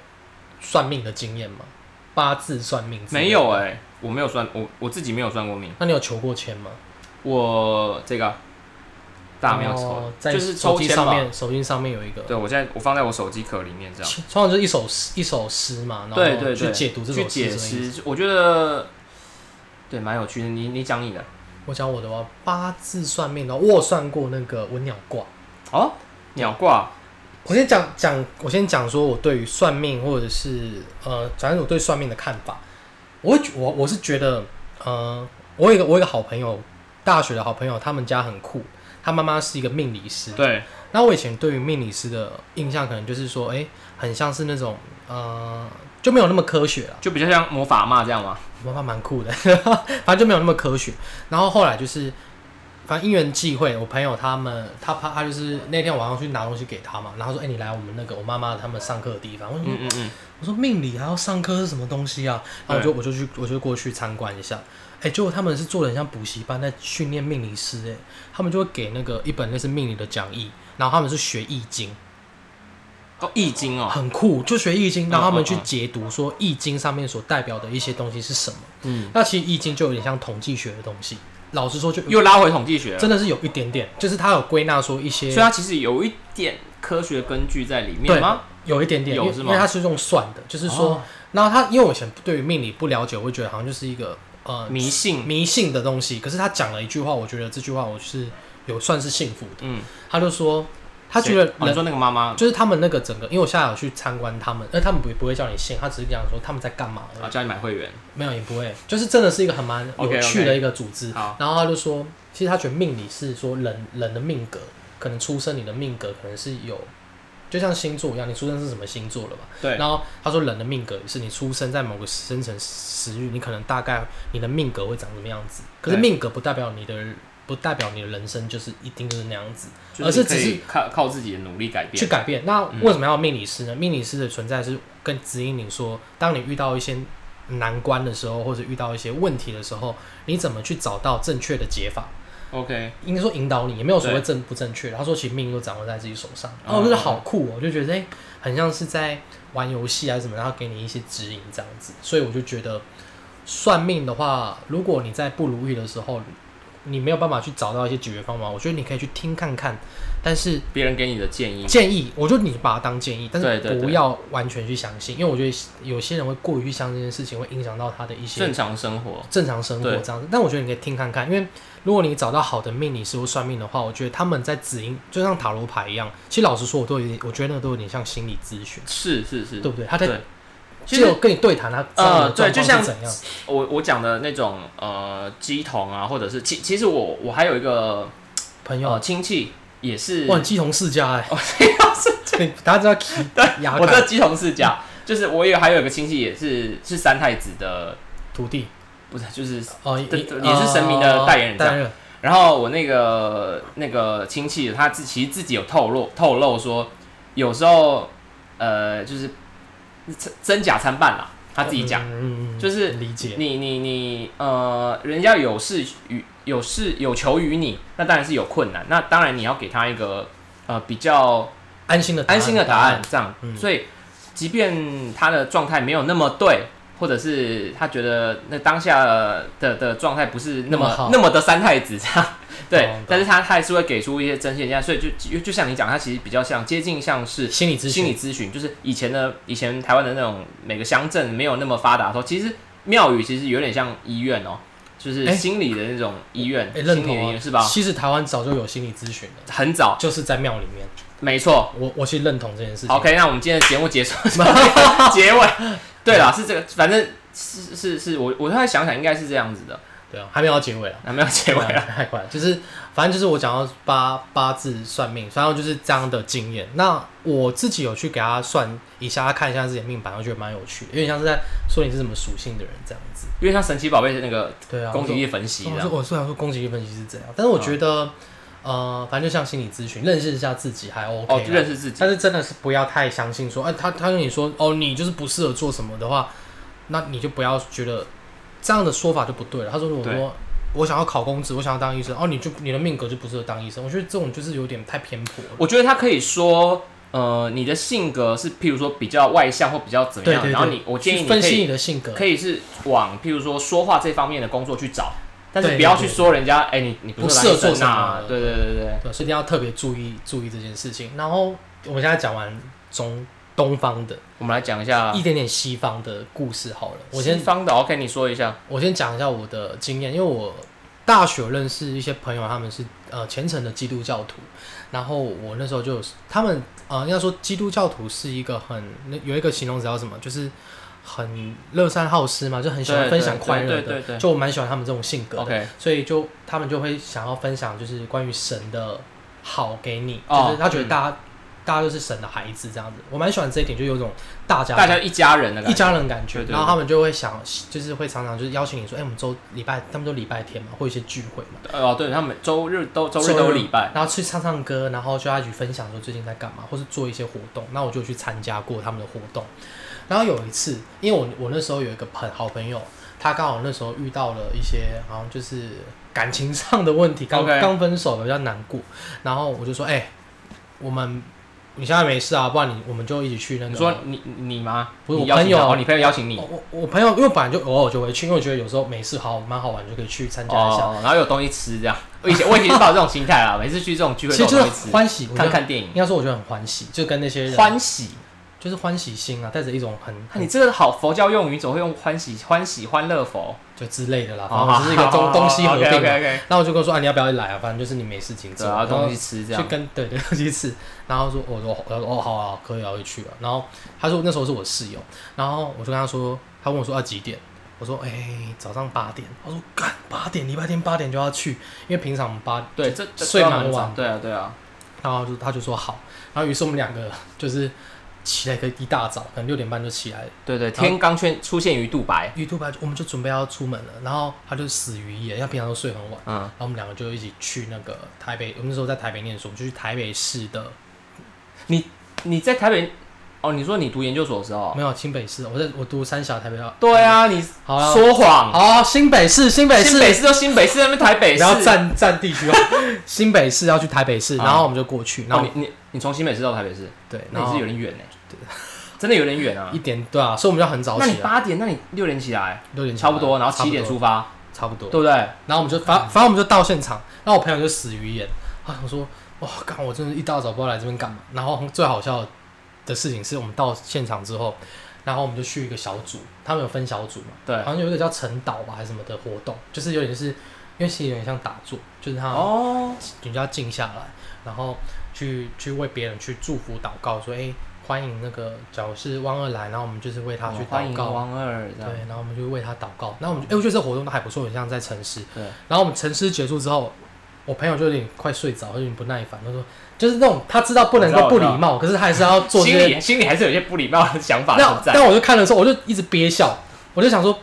Speaker 2: 算命的经验吗？八字算命之类的
Speaker 1: 没有哎、我没有算，我我自己没有算过命，
Speaker 2: 那你有求过签吗？
Speaker 1: 我这个大家没有抽，
Speaker 2: 哦在
Speaker 1: 就是
Speaker 2: 手
Speaker 1: 抽
Speaker 2: 机
Speaker 1: 签
Speaker 2: 上
Speaker 1: 吧。
Speaker 2: 面，手机上面有一个，
Speaker 1: 对，我现在我放在我手机壳里面这样。
Speaker 2: 通常就是一首诗一首诗嘛，然
Speaker 1: 对对
Speaker 2: 后
Speaker 1: 对，
Speaker 2: 去解读这
Speaker 1: 去
Speaker 2: 首诗
Speaker 1: 解
Speaker 2: 的意思。
Speaker 1: 释，我觉得对蛮有趣的。你你讲你的
Speaker 2: 我讲我的话，八字算命的话，我有算过那个我鸟卦。
Speaker 1: 哦，鸟卦
Speaker 2: 我先讲讲，我先讲说我对于算命或者是呃，反正我对算命的看法。我会觉我我是觉得，呃，我有一个我有一个好朋友，大学的好朋友，他们家很酷，他妈妈是一个命理师。
Speaker 1: 对，
Speaker 2: 那我以前对于命理师的印象，可能就是说，哎、很像是那种呃，就没有那么科学了。啊
Speaker 1: 就比较像魔法嘛这样嘛。
Speaker 2: 我妈妈蛮酷的，反正就没有那么科学。然后后来就是，反正因缘际会，我朋友他们，他怕他就是那天晚上去拿东西给他嘛，然后他说：“哎、你来我们那个我妈妈他们上课的地方。”我说：“
Speaker 1: 嗯嗯嗯，
Speaker 2: 我说命理还要上课是什么东西啊？然后我就我就去我就过去参观一下，哎、结果他们是做的很像补习班在训练命理师、哎，他们就会给那个一本类似命理的讲义，然后他们是学易经，
Speaker 1: 哦，易经哦，
Speaker 2: 很酷，就学易经，然后他们去
Speaker 1: 嗯嗯嗯
Speaker 2: 解读说易经上面所代表的一些东西是什么。
Speaker 1: 嗯，
Speaker 2: 那其实易经就有点像统计学的东西，老实说就
Speaker 1: 又拉回统计学了，
Speaker 2: 真的是有一点点，就是它有归纳说一些
Speaker 1: 所以它其实有一点科学根据在里面
Speaker 2: 对
Speaker 1: 吗？
Speaker 2: 有一点点，
Speaker 1: 有
Speaker 2: 因为
Speaker 1: 是
Speaker 2: 因
Speaker 1: 吗
Speaker 2: 为它是用算的，就是说，
Speaker 1: 哦
Speaker 2: 然后它因为我以前对于命理不了解，我会觉得好像就是一个呃
Speaker 1: 迷信，
Speaker 2: 迷信的东西。可是他讲了一句话，我觉得这句话我是有算是幸福的。
Speaker 1: 嗯，
Speaker 2: 他就说，他觉
Speaker 1: 谁
Speaker 2: 得
Speaker 1: 哦你
Speaker 2: 人、
Speaker 1: 说那个妈妈
Speaker 2: 就是他们那个整个，因为我现在有去参观他们，而他们不不会叫你信，他只是讲说他们在干嘛而已
Speaker 1: 啊，叫你买会员，
Speaker 2: 没有也不会，就是真的是一个很蛮有
Speaker 1: OK，OK
Speaker 2: 趣的一个组织。
Speaker 1: 好
Speaker 2: 然后他就说，其实他觉得命理是说人人的命格，可能出生你的命格可能是有，就像星座一样，你出生是什么星座了吧？
Speaker 1: 对
Speaker 2: 然后他说人的命格也是你出生在某个生辰时日，你可能大概你的命格会长什么样子。可是
Speaker 1: 对
Speaker 2: 命格不代表你的，不代表你的人生就是一定就是那样子，而
Speaker 1: 就是是
Speaker 2: 只
Speaker 1: 可
Speaker 2: 是
Speaker 1: 以靠靠自己的努力改
Speaker 2: 去
Speaker 1: 变，
Speaker 2: 改变。那为什么要命理师呢？命理师的存在是跟指引你说，当你遇到一些难关的时候，或者遇到一些问题的时候，你怎么去找到正确的解法？
Speaker 1: OK，
Speaker 2: 应该说引导你，也没有所谓
Speaker 1: 对
Speaker 2: 正不正确。他说，其实命运都掌握在自己手上。
Speaker 1: 嗯
Speaker 2: 然后我觉得好酷哦、我就觉得哎、诶很像是在玩游戏还啊是什么，然后给你一些指引这样子。所以我就觉得，算命的话，如果你在不如意的时候，你没有办法去找到一些解决方法，我觉得你可以去听看看，但是。
Speaker 1: 别人给你的建议，
Speaker 2: 建议，我觉得你把它当建议，但
Speaker 1: 嗯对
Speaker 2: 是
Speaker 1: 对对
Speaker 2: 不要完全去相信，因为我觉得有些人会过于去相信这件事情，会影响到他的一些
Speaker 1: 正常生活，
Speaker 2: 正常生活
Speaker 1: 对
Speaker 2: 这样子。但我觉得你可以听看看，因为如果你找到好的命理师或算命的话，我觉得他们在指引，就像塔罗牌一样。其实老实说，我都有点，我觉得那个都有点像心理咨询，
Speaker 1: 是是是，
Speaker 2: 对不对？他在
Speaker 1: 嗯对其
Speaker 2: 只有
Speaker 1: 实
Speaker 2: 跟你对谈，他知道你的
Speaker 1: 呃对
Speaker 2: 状况
Speaker 1: 就是像
Speaker 2: 怎样。
Speaker 1: 我我讲的那种呃鸡同啊，或者是其其实我我还有一个
Speaker 2: 朋友
Speaker 1: 呃，亲戚也是，哦
Speaker 2: 哇，你鸡同世家哎，对，大家知道 鸡牙
Speaker 1: 我
Speaker 2: 看
Speaker 1: 的鸡同世家，就是我有还有一个亲戚也是是三太子的，
Speaker 2: 徒弟
Speaker 1: 不是就是
Speaker 2: 哦，
Speaker 1: 对也是神明的代言人这样
Speaker 2: 代言人
Speaker 1: 然后我那个那个亲戚，他自其实自己有透露透露说，有时候呃，就是真真假参半啦，他自己讲，
Speaker 2: 嗯，嗯嗯
Speaker 1: 就是
Speaker 2: 理解。
Speaker 1: 你你你呃，人家有事于有事有求于你，那当然是有困难，那当然你要给他一个呃比较
Speaker 2: 安心的
Speaker 1: 安心的答案，这样，
Speaker 2: 嗯
Speaker 1: 所以即便他的状态没有那么对。或者是他觉得那当下的的状态不是那
Speaker 2: 那么
Speaker 1: 么
Speaker 2: 好
Speaker 1: 那么的三太子这 样，对
Speaker 2: 懂懂，
Speaker 1: 但是他他还是会给出一些真心的建议，所以就就就像你讲，他其实比较像接近像是
Speaker 2: 心理咨询，
Speaker 1: 心理咨询，就是以前的以前台湾的那种每个乡镇没有那么发达的时候，其实庙宇其实有点像医院哦，就是
Speaker 2: 哎
Speaker 1: 心理的那种医院，
Speaker 2: 哎，认
Speaker 1: 心理的医
Speaker 2: 同啊，
Speaker 1: 院是吧？
Speaker 2: 其实台湾早就有心理咨询了，
Speaker 1: 很早，
Speaker 2: 就是在庙里面。
Speaker 1: 没错。
Speaker 2: 我我去认同这件事情。
Speaker 1: OK，那我们今天的节目结束到结尾。 对啦，是这个，反正是是是我我后来想想应该是这样子的，
Speaker 2: 对啊，还没有到结尾啊，
Speaker 1: 那没有结尾
Speaker 2: 对啊
Speaker 1: 了。
Speaker 2: 太快了。就是反正就是我讲到八八字算命，然后就是这样的经验。那我自己有去给他算一下，他看一下自己的命盘，我觉得蛮有趣的，有点像是在说你是什么属性的人这样子。
Speaker 1: 因为像神奇宝贝那个
Speaker 2: 对啊，
Speaker 1: 宫崎骏分析
Speaker 2: 我
Speaker 1: 的
Speaker 2: 说，我虽然说攻击力分析是这样，但是我觉得，呃，反正就像心理咨询，认识一下自己还 OK 啊
Speaker 1: 哦
Speaker 2: 啦，，
Speaker 1: 认识自己
Speaker 2: 但是真的是不要太相信说，哎、他他跟你说哦，你就是不适合做什么的话，那你就不要觉得这样的说法就不对了。他说，我
Speaker 1: 对
Speaker 2: 说我想要考公职，我想要当医生，哦，你就你的命格就不适合当医生。我觉得这种就是有点太偏颇了。
Speaker 1: 我觉得他可以说，呃，你的性格是，譬如说比较外向或比较怎么
Speaker 2: 对
Speaker 1: 样，
Speaker 2: 对对，
Speaker 1: 然后你，我建议
Speaker 2: 去
Speaker 1: 你可
Speaker 2: 分析
Speaker 1: 以
Speaker 2: 你的性格，
Speaker 1: 可以是往譬如说说话这方面的工作去找，但是
Speaker 2: 对
Speaker 1: 不要
Speaker 2: 对
Speaker 1: 去
Speaker 2: 对
Speaker 1: 说人家，哎、你你
Speaker 2: 不
Speaker 1: 是
Speaker 2: 适
Speaker 1: 男
Speaker 2: 合
Speaker 1: 生
Speaker 2: 做什
Speaker 1: 啊
Speaker 2: 么，
Speaker 1: 对对对对，
Speaker 2: 对，所以一定要特别注意注意这件事情。然后我们现在讲完中东方的，
Speaker 1: 我们来讲一下
Speaker 2: 一点点西方的故事好了。我先
Speaker 1: 西方的，OK，你说一下，
Speaker 2: 我先讲一下我的经验，因为我大学认识一些朋友，他们是呃虔诚的基督教徒，然后我那时候就有他们呃应该说基督教徒是一个很那有一个形容词叫什么，就是很乐善好施嘛，就很喜欢
Speaker 1: 对
Speaker 2: 分享
Speaker 1: 对
Speaker 2: 快乐
Speaker 1: 对对
Speaker 2: 的，
Speaker 1: 对
Speaker 2: 就我蛮喜欢他们这种性格的，
Speaker 1: OK，
Speaker 2: 所以就他们就会想要分享就是关于神的好给你，
Speaker 1: 哦
Speaker 2: 就是他觉得大家大家都是神的孩子这样子。我蛮喜欢这一点，就有种大家
Speaker 1: 大家一家人的感
Speaker 2: 一
Speaker 1: 觉。
Speaker 2: 家人的感觉
Speaker 1: 对，对
Speaker 2: 然后他们就会想，就是会常常就是邀请你说，哎、我们周礼拜，他们都礼拜天嘛，会有一些聚会嘛，
Speaker 1: 哦，对他们周日都周日都有礼拜，
Speaker 2: 然后去唱唱歌，然后就要去分享说最近在干嘛，或是做一些活动。那我就去参加过他们的活动。然后有一次，因为我我那时候有一个朋好朋友，他刚好那时候遇到了一些好像就是感情上的问题，刚
Speaker 1: OK
Speaker 2: 刚分手了，比较难过。然后我就说，哎、我们你现在没事啊，不然你我们就一起去那个。
Speaker 1: 你说你你你吗？
Speaker 2: 不是
Speaker 1: 你邀
Speaker 2: 我
Speaker 1: 请
Speaker 2: 朋友
Speaker 1: 他哦，你朋友邀请你
Speaker 2: 我我我朋友，因为我本来就偶尔就会去，因为我觉得有时候没事好蛮好玩，就可以去参加一下。
Speaker 1: 哦，然后有东西吃这样。我以前 我以前是抱这种心态啦，每次去这种聚会
Speaker 2: 其
Speaker 1: 都
Speaker 2: 实
Speaker 1: 有
Speaker 2: 就
Speaker 1: 东
Speaker 2: 是
Speaker 1: 西吃，
Speaker 2: 欢喜，嗯我觉
Speaker 1: 看
Speaker 2: 得
Speaker 1: 看电影，
Speaker 2: 应该说我觉得很欢喜，就跟那些人
Speaker 1: 欢喜。
Speaker 2: 就是欢喜心啊，带着一种很
Speaker 1: 看
Speaker 2: 很
Speaker 1: 你这个好佛教用语，总会用欢喜欢喜欢乐佛，哦
Speaker 2: 就之类的啦，啊反
Speaker 1: 好
Speaker 2: 正就是一个 东东西合并
Speaker 1: OK OK
Speaker 2: 嘛。
Speaker 1: OK，
Speaker 2: 然后我就跟我说啊，你要不要来啊？反正 就是你没事情做，
Speaker 1: 找到
Speaker 2: 然后
Speaker 1: 啊东西吃这
Speaker 2: 去
Speaker 1: 样。
Speaker 2: 跟对对东西吃。然后说我说我说哦好啊，可以啊，我就去了。然后他说那时候是我室友，然后我就跟他说，他问我说啊几点？我说哎、早上八点。我说干八点，礼拜天八点就要去，因为平常我们八
Speaker 1: 对，这这这
Speaker 2: 睡
Speaker 1: 要
Speaker 2: 蛮
Speaker 1: 很早
Speaker 2: 晚
Speaker 1: 对啊对啊，
Speaker 2: 然后就他就说好，然后于是我们两个就是起来个一大早，可能六点半就起来了。
Speaker 1: 对对，天刚圈出现于杜白，
Speaker 2: 于兔吧，我们就准备要出门了，然后他就死于一夜，他平常都睡很晚，
Speaker 1: 嗯，
Speaker 2: 然后我们两个就一起去那个台北，我们那时候在台北念书，我们就去台北市的，
Speaker 1: 你在台北哦？你说你读研究所的时候？
Speaker 2: 没有新北市，我在我读三峡台北大，
Speaker 1: 对啊，你
Speaker 2: 好啊，
Speaker 1: 说谎。
Speaker 2: 好新北市，新北市
Speaker 1: 新，北市就新北市，那边台北市。
Speaker 2: 不要占占地区哦，新北市要去台北市，
Speaker 1: 啊
Speaker 2: 然后我们就过去，然后、
Speaker 1: 哦你你你从新北市到台北市，
Speaker 2: 对，
Speaker 1: 那
Speaker 2: 然
Speaker 1: 你
Speaker 2: 后
Speaker 1: 是有点远呢，真的有点远啊
Speaker 2: 一。点对啊，所以我们就很早
Speaker 1: 那你
Speaker 2: 起来，
Speaker 1: 八点，那你六点起来，
Speaker 2: 六点起来
Speaker 1: 差不多，然后七点出发，
Speaker 2: 差不多，
Speaker 1: 对不对？
Speaker 2: 然后我们就
Speaker 1: 嗯
Speaker 2: 反反正我们就到现场，然后我朋友就死鱼眼，他想说，哇，干我真的一大早不知道来这边干嘛。然后最好笑的事情是我们到现场之后，然后我们就去一个小组，他们有分小组嘛，
Speaker 1: 对。
Speaker 2: 好像有一个叫晨岛吧还是什么的活动，就是有点是，因为其实有点像打坐，就是他
Speaker 1: 哦，
Speaker 2: 人家静下来，然后去去为别人去祝福祷告，说，哎、欢迎那个假如是汪二来，然后我们就是为他去
Speaker 1: 哦欢
Speaker 2: 祷
Speaker 1: 迎
Speaker 2: 告。啊
Speaker 1: 王二这
Speaker 2: 对
Speaker 1: 样。，
Speaker 2: 然后我们就为他祷告。那我们就，哎、我觉得这活动都还不错，很像在城市。
Speaker 1: 对，
Speaker 2: 然后我们沉思结束之后，我朋友就有点快睡着，有点不耐烦，他说就是那种他知道不能够不礼貌，可是他还是要做这
Speaker 1: 心
Speaker 2: 些。
Speaker 1: 里心里还是有些不礼貌的想法
Speaker 2: 那
Speaker 1: 存在。
Speaker 2: 但我就看的时候，我就一直憋笑，我就想说，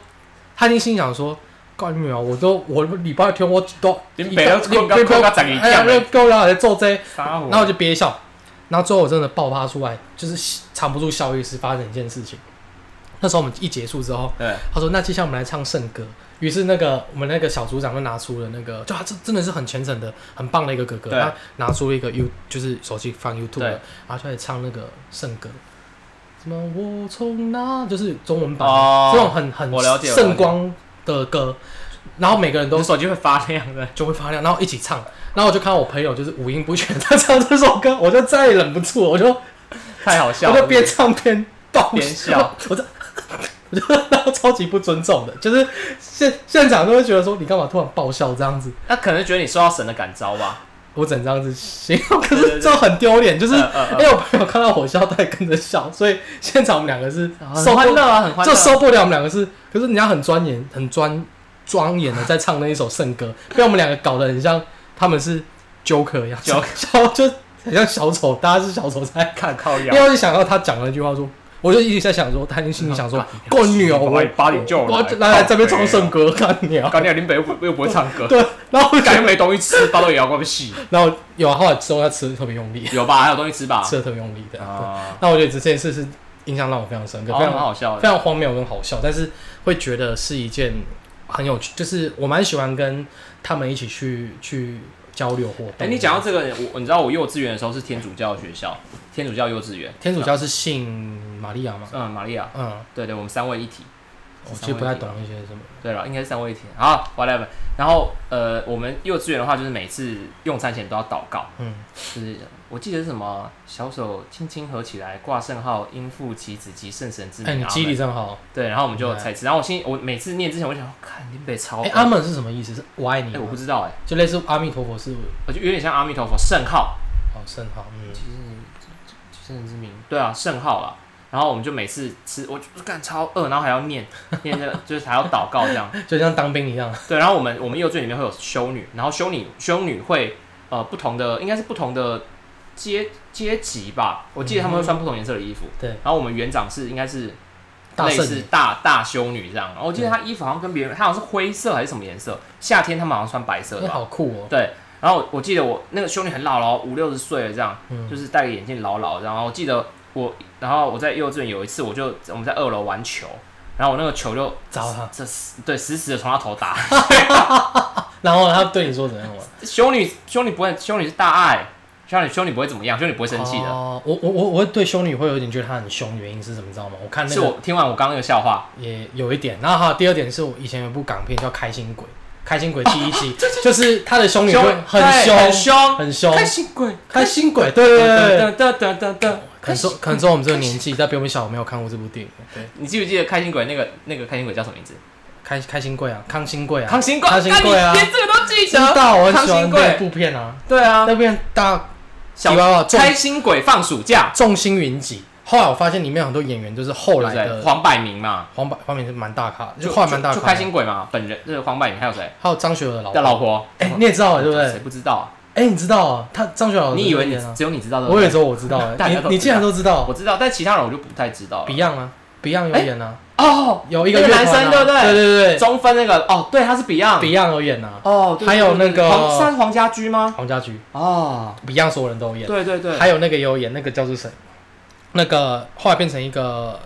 Speaker 2: 他一定心想说。干你啊！我都我礼拜天我都
Speaker 1: 连白都困到
Speaker 2: 连白
Speaker 1: 困到十二
Speaker 2: 哎呀，
Speaker 1: 点
Speaker 2: 那够了，还做这个
Speaker 1: 撒
Speaker 2: 然后我就憋笑，然后最后我真的爆发出来，就是藏不住笑意，是发生一件事情。那时候我们一结束之后，
Speaker 1: 对，
Speaker 2: 他说：“那接下来我们来唱圣歌。”于是那个我们那个小组长就拿出了那个，就他这真的是很虔诚的、很棒的一个哥哥，
Speaker 1: 对
Speaker 2: 他拿出一个 U，就是手机放 YouTube，
Speaker 1: 对
Speaker 2: 然后就开始唱那个圣歌，什么我从哪，就是中文版的、
Speaker 1: 哦
Speaker 2: 这种很很
Speaker 1: 我了解我了解
Speaker 2: 圣光的歌，然后每个人
Speaker 1: 你
Speaker 2: 都
Speaker 1: 的手机会发亮 的。
Speaker 2: 就会发亮，然后一起唱，然后我就看到我朋友就是五音不全，他唱这首歌，我就再也忍不住了，我就
Speaker 1: 太好笑
Speaker 2: 我
Speaker 1: 了。
Speaker 2: 就边唱边爆
Speaker 1: 边笑，
Speaker 2: 我就我就然后超级不尊重的，就是现现场都会觉得说你干嘛突然爆笑这样子，
Speaker 1: 那可能觉得你受到神的感召吧。
Speaker 2: 我整这样子形容， 可
Speaker 1: 对对对
Speaker 2: 是就很丢脸，就是哎
Speaker 1: 嗯嗯嗯
Speaker 2: 因为我朋友看到我笑，他也跟着笑，所以现场我们两个是
Speaker 1: 很
Speaker 2: 受不
Speaker 1: 欢乐
Speaker 2: 了，
Speaker 1: 啊，很欢乐
Speaker 2: 就
Speaker 1: 啊。
Speaker 2: 受不了我们两个是，可是人家很钻研，很专庄严的在唱那一首圣歌，被我们两个搞得很像他们是 Joker 一样，
Speaker 1: Joker
Speaker 2: 小就很像小丑，大家是小丑在
Speaker 1: 看靠
Speaker 2: 因
Speaker 1: 腰
Speaker 2: 为。我就想到他讲了一句话说，我就一直在想说，他心里 想说，够牛，我
Speaker 1: 八点就
Speaker 2: 哎我来来这边唱 圣歌，干鸟。
Speaker 1: 干掉林北又不又不会唱 歌，
Speaker 2: 对，然后我就
Speaker 1: 感觉没东西吃，巴豆也要关 戏，
Speaker 2: 然后有啊后来之后他吃的特别用力，
Speaker 1: 有吧？还有东西吃吧？
Speaker 2: 吃的特别用力的。对
Speaker 1: 啊，
Speaker 2: 那我觉得这件事是印象让我非常深刻，
Speaker 1: 好
Speaker 2: 非
Speaker 1: 像蛮
Speaker 2: 常
Speaker 1: 好笑
Speaker 2: 非
Speaker 1: 的。
Speaker 2: 常荒谬跟好笑，但是会觉得是一件很有趣，就是我蛮喜欢跟他们一起去去交流活动。
Speaker 1: 哎，你讲到这个，我你知道我幼稚园的时候是天主教学校，天主教幼稚园，
Speaker 2: 天主教是信玛利亚吗？
Speaker 1: 嗯，玛利亚，
Speaker 2: 嗯，
Speaker 1: 对对，我们三位一体。
Speaker 2: 我其实不太懂一些什么。
Speaker 1: 对了，应该是三位一体。好，whatever。然后呃，我们幼稚园的话，就是每次用餐前都要祷告，
Speaker 2: 嗯，
Speaker 1: 就是我记得是什么，啊小手轻轻合起来，挂圣号，应父其子及圣神之
Speaker 2: 哎，
Speaker 1: 名。
Speaker 2: 你
Speaker 1: 阿
Speaker 2: 记忆
Speaker 1: 门
Speaker 2: 力真好。
Speaker 1: 对，然后我们就猜词，然后我心我每次念之前，我就想，看林北超
Speaker 2: 哎，
Speaker 1: 棒，
Speaker 2: 阿门是什么意思？是我爱你
Speaker 1: 哎，我
Speaker 2: 吗
Speaker 1: 不？知道哎，
Speaker 2: 就类似阿弥陀佛是
Speaker 1: 我啊就有点像阿弥陀佛圣号，
Speaker 2: 好圣号，嗯
Speaker 1: 其，实其实人之名，对啊，圣号啦。然后我们就每次吃，我就干超饿，然后还要念 念那个，就是还要祷告这样。
Speaker 2: 就像当兵一样，
Speaker 1: 对，然后我们我们幼稚园里面会有修女，然后修女修女会呃不同的，应该是不同的阶阶级吧，我记得他们会穿不同颜色的衣服。
Speaker 2: 对，
Speaker 1: 然后我们园长是应该是
Speaker 2: 大
Speaker 1: 类
Speaker 2: 圣
Speaker 1: 似
Speaker 2: 女
Speaker 1: 大大修女这样，然后我记得
Speaker 2: 对
Speaker 1: 她衣服好像跟别人，她好像是灰色还是什么颜色，夏天他们好像穿白色
Speaker 2: 那
Speaker 1: 的吧。
Speaker 2: 好酷哦。
Speaker 1: 对，然后我我记得我那个修女很老了，五六十岁了这样，
Speaker 2: 嗯
Speaker 1: 就是戴个眼镜老老的。然后我记得我，然后我在幼稚园有一次，我就我们在二楼玩球，然后我那个球就
Speaker 2: 砸他
Speaker 1: 这死对死死的从他头打。
Speaker 2: 然后他对你说怎样吗？
Speaker 1: 修女修女不会，修女是大爱，修女修女不会怎么样，修女不 会生气的。
Speaker 2: 哦，我我我我对修女会有点觉得她很凶，原因是什么？你知道吗？我看那
Speaker 1: 是
Speaker 2: 个
Speaker 1: 我听完我刚刚那个笑话，
Speaker 2: 也有一点。然后还有第二点是我以前有一部港片叫《开心鬼》，《开心鬼》第一集、 就是 他的凶女
Speaker 1: 修
Speaker 2: 会很
Speaker 1: 对
Speaker 2: 凶，
Speaker 1: 很凶，
Speaker 2: 很凶，
Speaker 1: 开心鬼，
Speaker 2: 开心鬼，对对对对对。
Speaker 1: 噔噔噔噔噔。
Speaker 2: 可能说，可能说我们这个年纪，但比我们小，我没有看过这部电影。对，
Speaker 1: 你记不记得开心鬼那个那个开心鬼叫什么名字？
Speaker 2: 开开心贵啊，康心贵啊，
Speaker 1: 康心鬼，
Speaker 2: 康心贵啊
Speaker 1: 干你，连这个都记
Speaker 2: 知
Speaker 1: 得。
Speaker 2: 道我很
Speaker 1: 康
Speaker 2: 喜欢
Speaker 1: 心
Speaker 2: 那
Speaker 1: 鬼，
Speaker 2: 部片啊，
Speaker 1: 对啊，
Speaker 2: 那部片大
Speaker 1: 小
Speaker 2: 吉娃娃重
Speaker 1: 开心鬼放暑假，
Speaker 2: 众星云集。后来我发现里面很多演员都是
Speaker 1: 对
Speaker 2: 后
Speaker 1: 不
Speaker 2: 来
Speaker 1: 对？
Speaker 2: 的
Speaker 1: 黄百鸣嘛，
Speaker 2: 黄百，黄百是蛮大咖，就后来蛮大
Speaker 1: 就
Speaker 2: 咖，
Speaker 1: 开心，鬼嘛，本人就是黄百鸣，还有谁？
Speaker 2: 还有张学友的老
Speaker 1: 的
Speaker 2: 婆，
Speaker 1: 老婆，哦
Speaker 2: 哎，你也知道啊对不
Speaker 1: 谁
Speaker 2: 对？
Speaker 1: 不知道啊？
Speaker 2: 哎，你知道啊，他张学友老婆
Speaker 1: 你以为你
Speaker 2: 演啊？
Speaker 1: 只有你知道的？
Speaker 2: 我也说我知道啊
Speaker 1: 大家都知道
Speaker 2: 你你竟然都知道
Speaker 1: 我知道，但其他人我就不太知道了。
Speaker 2: ，Beyond 啊，Beyond 有
Speaker 1: 哎
Speaker 2: 演啊，
Speaker 1: 哦，
Speaker 2: 有一个
Speaker 1: 那个
Speaker 2: 乐团啊
Speaker 1: 男生对不对
Speaker 2: 对对对
Speaker 1: 中分那个哦，对，他是 Beyond。
Speaker 2: ，Beyond 有演啊，
Speaker 1: 哦，对
Speaker 2: 还有
Speaker 1: 对对
Speaker 2: 那个
Speaker 1: 黄算是黄家驹吗？
Speaker 2: 黄家驹
Speaker 1: 哦，
Speaker 2: ，Beyond 所有人都有演，
Speaker 1: 对对对，
Speaker 2: 还有那个也有演那个叫做谁，那个后来变成一个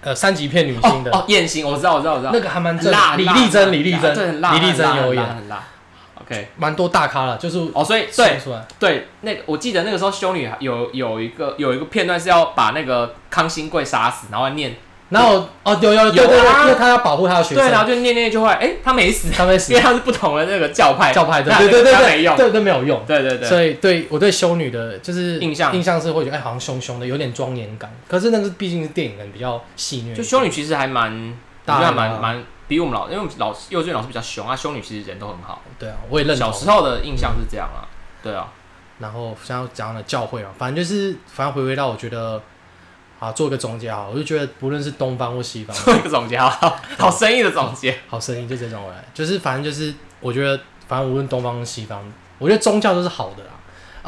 Speaker 2: 呃三级片女星的，
Speaker 1: 哦，燕星，我知道，我知道，我知道，
Speaker 2: 那个还蛮
Speaker 1: 很
Speaker 2: 正
Speaker 1: 辣，，
Speaker 2: 李
Speaker 1: 很辣
Speaker 2: 丽珍，
Speaker 1: 很
Speaker 2: 李丽
Speaker 1: 辣对，很
Speaker 2: 珍，
Speaker 1: 辣，
Speaker 2: 李丽珍有
Speaker 1: 很辣
Speaker 2: 演，
Speaker 1: 很辣。OK，
Speaker 2: 蛮多大咖了，就是
Speaker 1: 哦，所以对
Speaker 2: 说，出来，
Speaker 1: 对，那个我记得那个时候修女有有一个有一个片段是要把那个康兴贵杀死，然后念
Speaker 2: 然后哦有有有对对
Speaker 1: 有啊
Speaker 2: 对，因为他要保护他的学
Speaker 1: 对，然后
Speaker 2: 生，
Speaker 1: 就念念就会，哎，他没 死，
Speaker 2: 他们
Speaker 1: 因
Speaker 2: 死
Speaker 1: 为他是不同的那个教派，
Speaker 2: 教派的，
Speaker 1: 那
Speaker 2: 对对对
Speaker 1: 他
Speaker 2: 对，
Speaker 1: 没用，
Speaker 2: 对对没有用。
Speaker 1: 对对对，
Speaker 2: 所以对我对修女的，就是
Speaker 1: 印象
Speaker 2: 印象是会觉得哎，好像凶凶的，有点庄严感。可是那个毕竟是电影，可能比较戏虐。
Speaker 1: 就修女其实还蛮，我
Speaker 2: 大
Speaker 1: 觉
Speaker 2: 爱
Speaker 1: 得
Speaker 2: 啊
Speaker 1: 还蛮蛮比我们老，因为我们老师幼稚园老师比较凶啊，修女其实人都很好，
Speaker 2: 对啊，我也认
Speaker 1: 小
Speaker 2: 同。
Speaker 1: 时候的印象是这样啊，对啊，
Speaker 2: 然后像要讲的教会啊，反正就是反正回归到我觉得啊，做个总结好，我就觉得不论是东方或西方，
Speaker 1: 做一个总 结好不好，好生硬的总结，
Speaker 2: 好声音就直接转回来，就是反正就是我觉得反正无论东方西方，我觉得宗教都是好的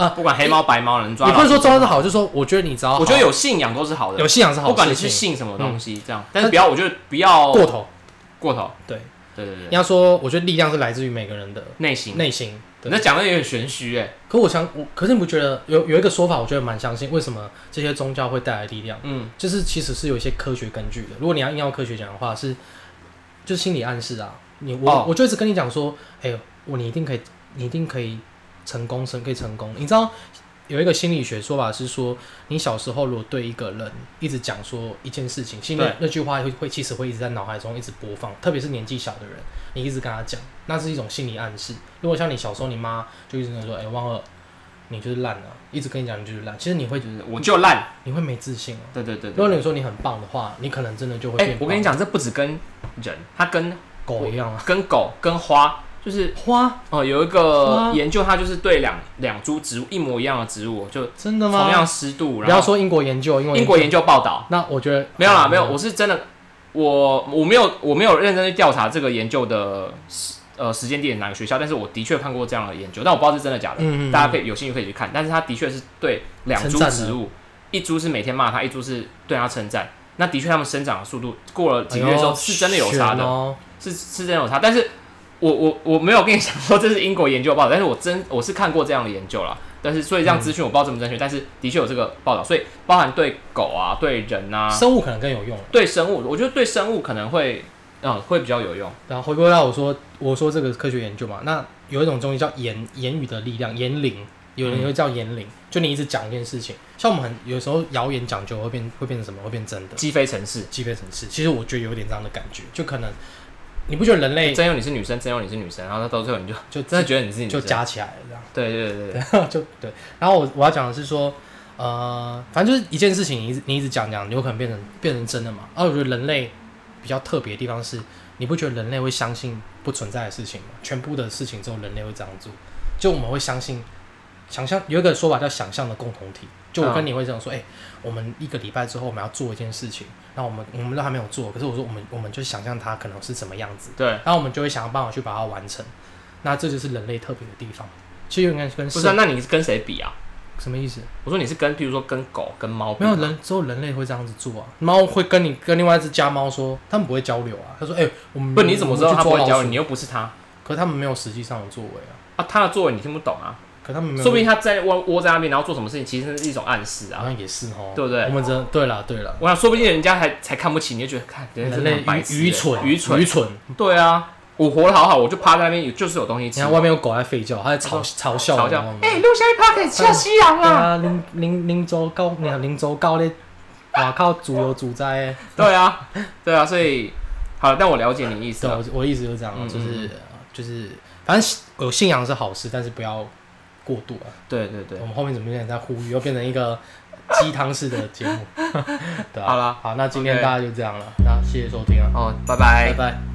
Speaker 2: 啦。
Speaker 1: 不管黑猫白猫能抓
Speaker 2: 也
Speaker 1: 老鼠，
Speaker 2: 不是说宗教是好，就是说我觉得你只要好
Speaker 1: 我觉得有信仰都是好的
Speaker 2: 有，信仰是好
Speaker 1: 不
Speaker 2: 事情，
Speaker 1: 管你是信什么东西这样，但是不要，我觉得不要
Speaker 2: 过头，
Speaker 1: 过头，
Speaker 2: 对，
Speaker 1: 对对对
Speaker 2: 你。要说我觉得力量是来自于每个人的
Speaker 1: 内心。
Speaker 2: 内心。
Speaker 1: 你
Speaker 2: 对
Speaker 1: 那讲的有点玄虚哎、
Speaker 2: 可我想，我可是你不觉得有有一个说法，我觉得蛮相信，为什么这些宗教会带来力量？
Speaker 1: 嗯，
Speaker 2: 就是其实是有一些科学根据的。如果你要硬要科学讲的话，是就是心理暗示啊。你我、
Speaker 1: 哦
Speaker 2: 我就一直跟你讲说，哎、我你一定可以，你一定可以成功，成可以成功。你知道有一个心理学说法是说，你小时候如果对一个人一直讲说一件事情，心里
Speaker 1: 对
Speaker 2: 那句话会会其实会一直在脑海中一直播放，特别是年纪小的人，你一直跟他讲，那是一种心理暗示。如果像你小时候，你妈就一直跟你说，哎、汪二，你就是烂了、一直跟你讲你就是烂，其实你会
Speaker 1: 就是嗯我就烂，
Speaker 2: 你会没自信啊。
Speaker 1: 对对对
Speaker 2: 如果
Speaker 1: 对。
Speaker 2: 你说你很棒的话，你可能真的就会
Speaker 1: 哎、
Speaker 2: 变、
Speaker 1: 我跟你，讲，这不止跟人，它跟
Speaker 2: 狗一样啊，
Speaker 1: 跟狗、跟花，就是
Speaker 2: 花
Speaker 1: 哦、呃有一个
Speaker 2: 花
Speaker 1: 研究，它就是对两两株植物一模一样的植物，就
Speaker 2: 真的吗？
Speaker 1: 同样湿度，
Speaker 2: 不
Speaker 1: 然
Speaker 2: 要
Speaker 1: 后
Speaker 2: 说英国研究，英国
Speaker 1: 英国研
Speaker 2: 究，
Speaker 1: 究报道，
Speaker 2: 那我觉得
Speaker 1: 没有啦，没有，我是真的，我我没有我没有认真去调查这个研究的时呃时间地点哪个学校，但是我的确看过这样的研究，但我不知道是真的假的，
Speaker 2: 嗯嗯嗯
Speaker 1: 大家可以有兴趣可以去看，但是它的确是对两株
Speaker 2: 称赞的
Speaker 1: 植物，一株是每天骂它，一株是对它称赞。那的确，它们生长的速度过了几个月之后，是真的有差
Speaker 2: 啥
Speaker 1: 的，
Speaker 2: 哎哦。
Speaker 1: 是是真的有差。但是我我我没有跟你讲说这是英国研究报道，但是我真我是看过这样的研究啦。但是所以这样
Speaker 2: 嗯
Speaker 1: 资讯我不知道正不正确，但是的确有这个报道，所以包含对狗啊、对人啊、
Speaker 2: 生物可能更有用，
Speaker 1: 对生物，我觉得对生物可能会，嗯，会比较有用。
Speaker 2: 然后回归到我说，我说这个科学研究嘛，那有一种东西叫言言语的力量，言灵，有
Speaker 1: 嗯
Speaker 2: 人会叫言灵，就你一直讲一件事情，像我们很有时候谣言讲究会变会变成什么？会变真的，
Speaker 1: 鸡飞城市，
Speaker 2: 鸡飞城市。其实我觉得有点这样的感觉，就可能你不觉得人类
Speaker 1: 真有你是女生，真有你是女生，然后到最后你就
Speaker 2: 就
Speaker 1: 真的觉得你是女
Speaker 2: 就
Speaker 1: 生，
Speaker 2: 加起来了这样？
Speaker 1: 对对对对，
Speaker 2: 就对。然后我我要讲的是说，呃，反正就是一件事情，你一直你一直讲讲，有可能变成变成真的嘛。而我觉得人类比较特别的地方是，你不觉得人类会相信不存在的事情吗？全部的事情之后，人类会这样做，就我们会相信想象有一个说法叫想象的共同体。就我跟你会这样说，哎、我们一个礼拜之后我们要做一件事情，那我们我们都还没有做，可是我说我们我们就想象它可能是什么样子，
Speaker 1: 对，
Speaker 2: 然后我们就会想办法去把它完成。那这就是人类特别的地方，其实有点跟
Speaker 1: 不
Speaker 2: 社
Speaker 1: 是啊、那你跟谁比啊？
Speaker 2: 什么意思？
Speaker 1: 我说你是跟，譬如说跟狗、跟猫比
Speaker 2: 没
Speaker 1: 吗，
Speaker 2: 有人，只有人类会这样子做啊。猫会跟你跟另外一只家猫说，他们不会交流啊。他说：“哎、我们
Speaker 1: 不，你怎么知道它不会教
Speaker 2: 交
Speaker 1: 你？
Speaker 2: 流？
Speaker 1: 你又不是它
Speaker 2: 可他们没有实际上的作为啊。
Speaker 1: 啊，它的作为你听不懂啊，
Speaker 2: 可他们没有，
Speaker 1: 说不定它在窝窝在那边，然后做什么事情，其实是一种暗示
Speaker 2: 好
Speaker 1: 啊。
Speaker 2: 像也是哦，
Speaker 1: 对不对
Speaker 2: 我们真对了对了，
Speaker 1: 我想，说不定人家还才看不起你，就觉得看人家
Speaker 2: 人
Speaker 1: 真的
Speaker 2: 类
Speaker 1: 很白痴欸
Speaker 2: 愚愚蠢
Speaker 1: 愚蠢
Speaker 2: 愚。蠢。
Speaker 1: 对啊，我活得好好，我就趴在那边，有就是有东西
Speaker 2: 你
Speaker 1: 吃啊
Speaker 2: 看。外面有狗在吠叫，它在嘲嘲笑我
Speaker 1: 嘲笑
Speaker 2: 们。
Speaker 3: 哎、录下一 p o c a s t 笑夕阳
Speaker 2: 对
Speaker 3: 啊！
Speaker 2: 啊，林林林州高，你看林州高咧，哇靠，主流主灾欸。
Speaker 1: 对啊，对啊，所以好，但我了解你意思
Speaker 2: 对，
Speaker 1: 了
Speaker 2: 我。我的意思就是这样啊，
Speaker 1: 嗯
Speaker 2: 就是就是，反正有信仰是好事，但是不要过度啊。
Speaker 1: 对对对
Speaker 2: 我，们后面怎么有点在呼吁，又变成一个鸡汤式的 节目？对啊，
Speaker 1: 好啦
Speaker 2: 好，那今天
Speaker 1: OK
Speaker 2: 大家就这样了，那谢谢收听啊，
Speaker 1: 哦，拜
Speaker 2: 拜
Speaker 1: 拜。
Speaker 2: 拜。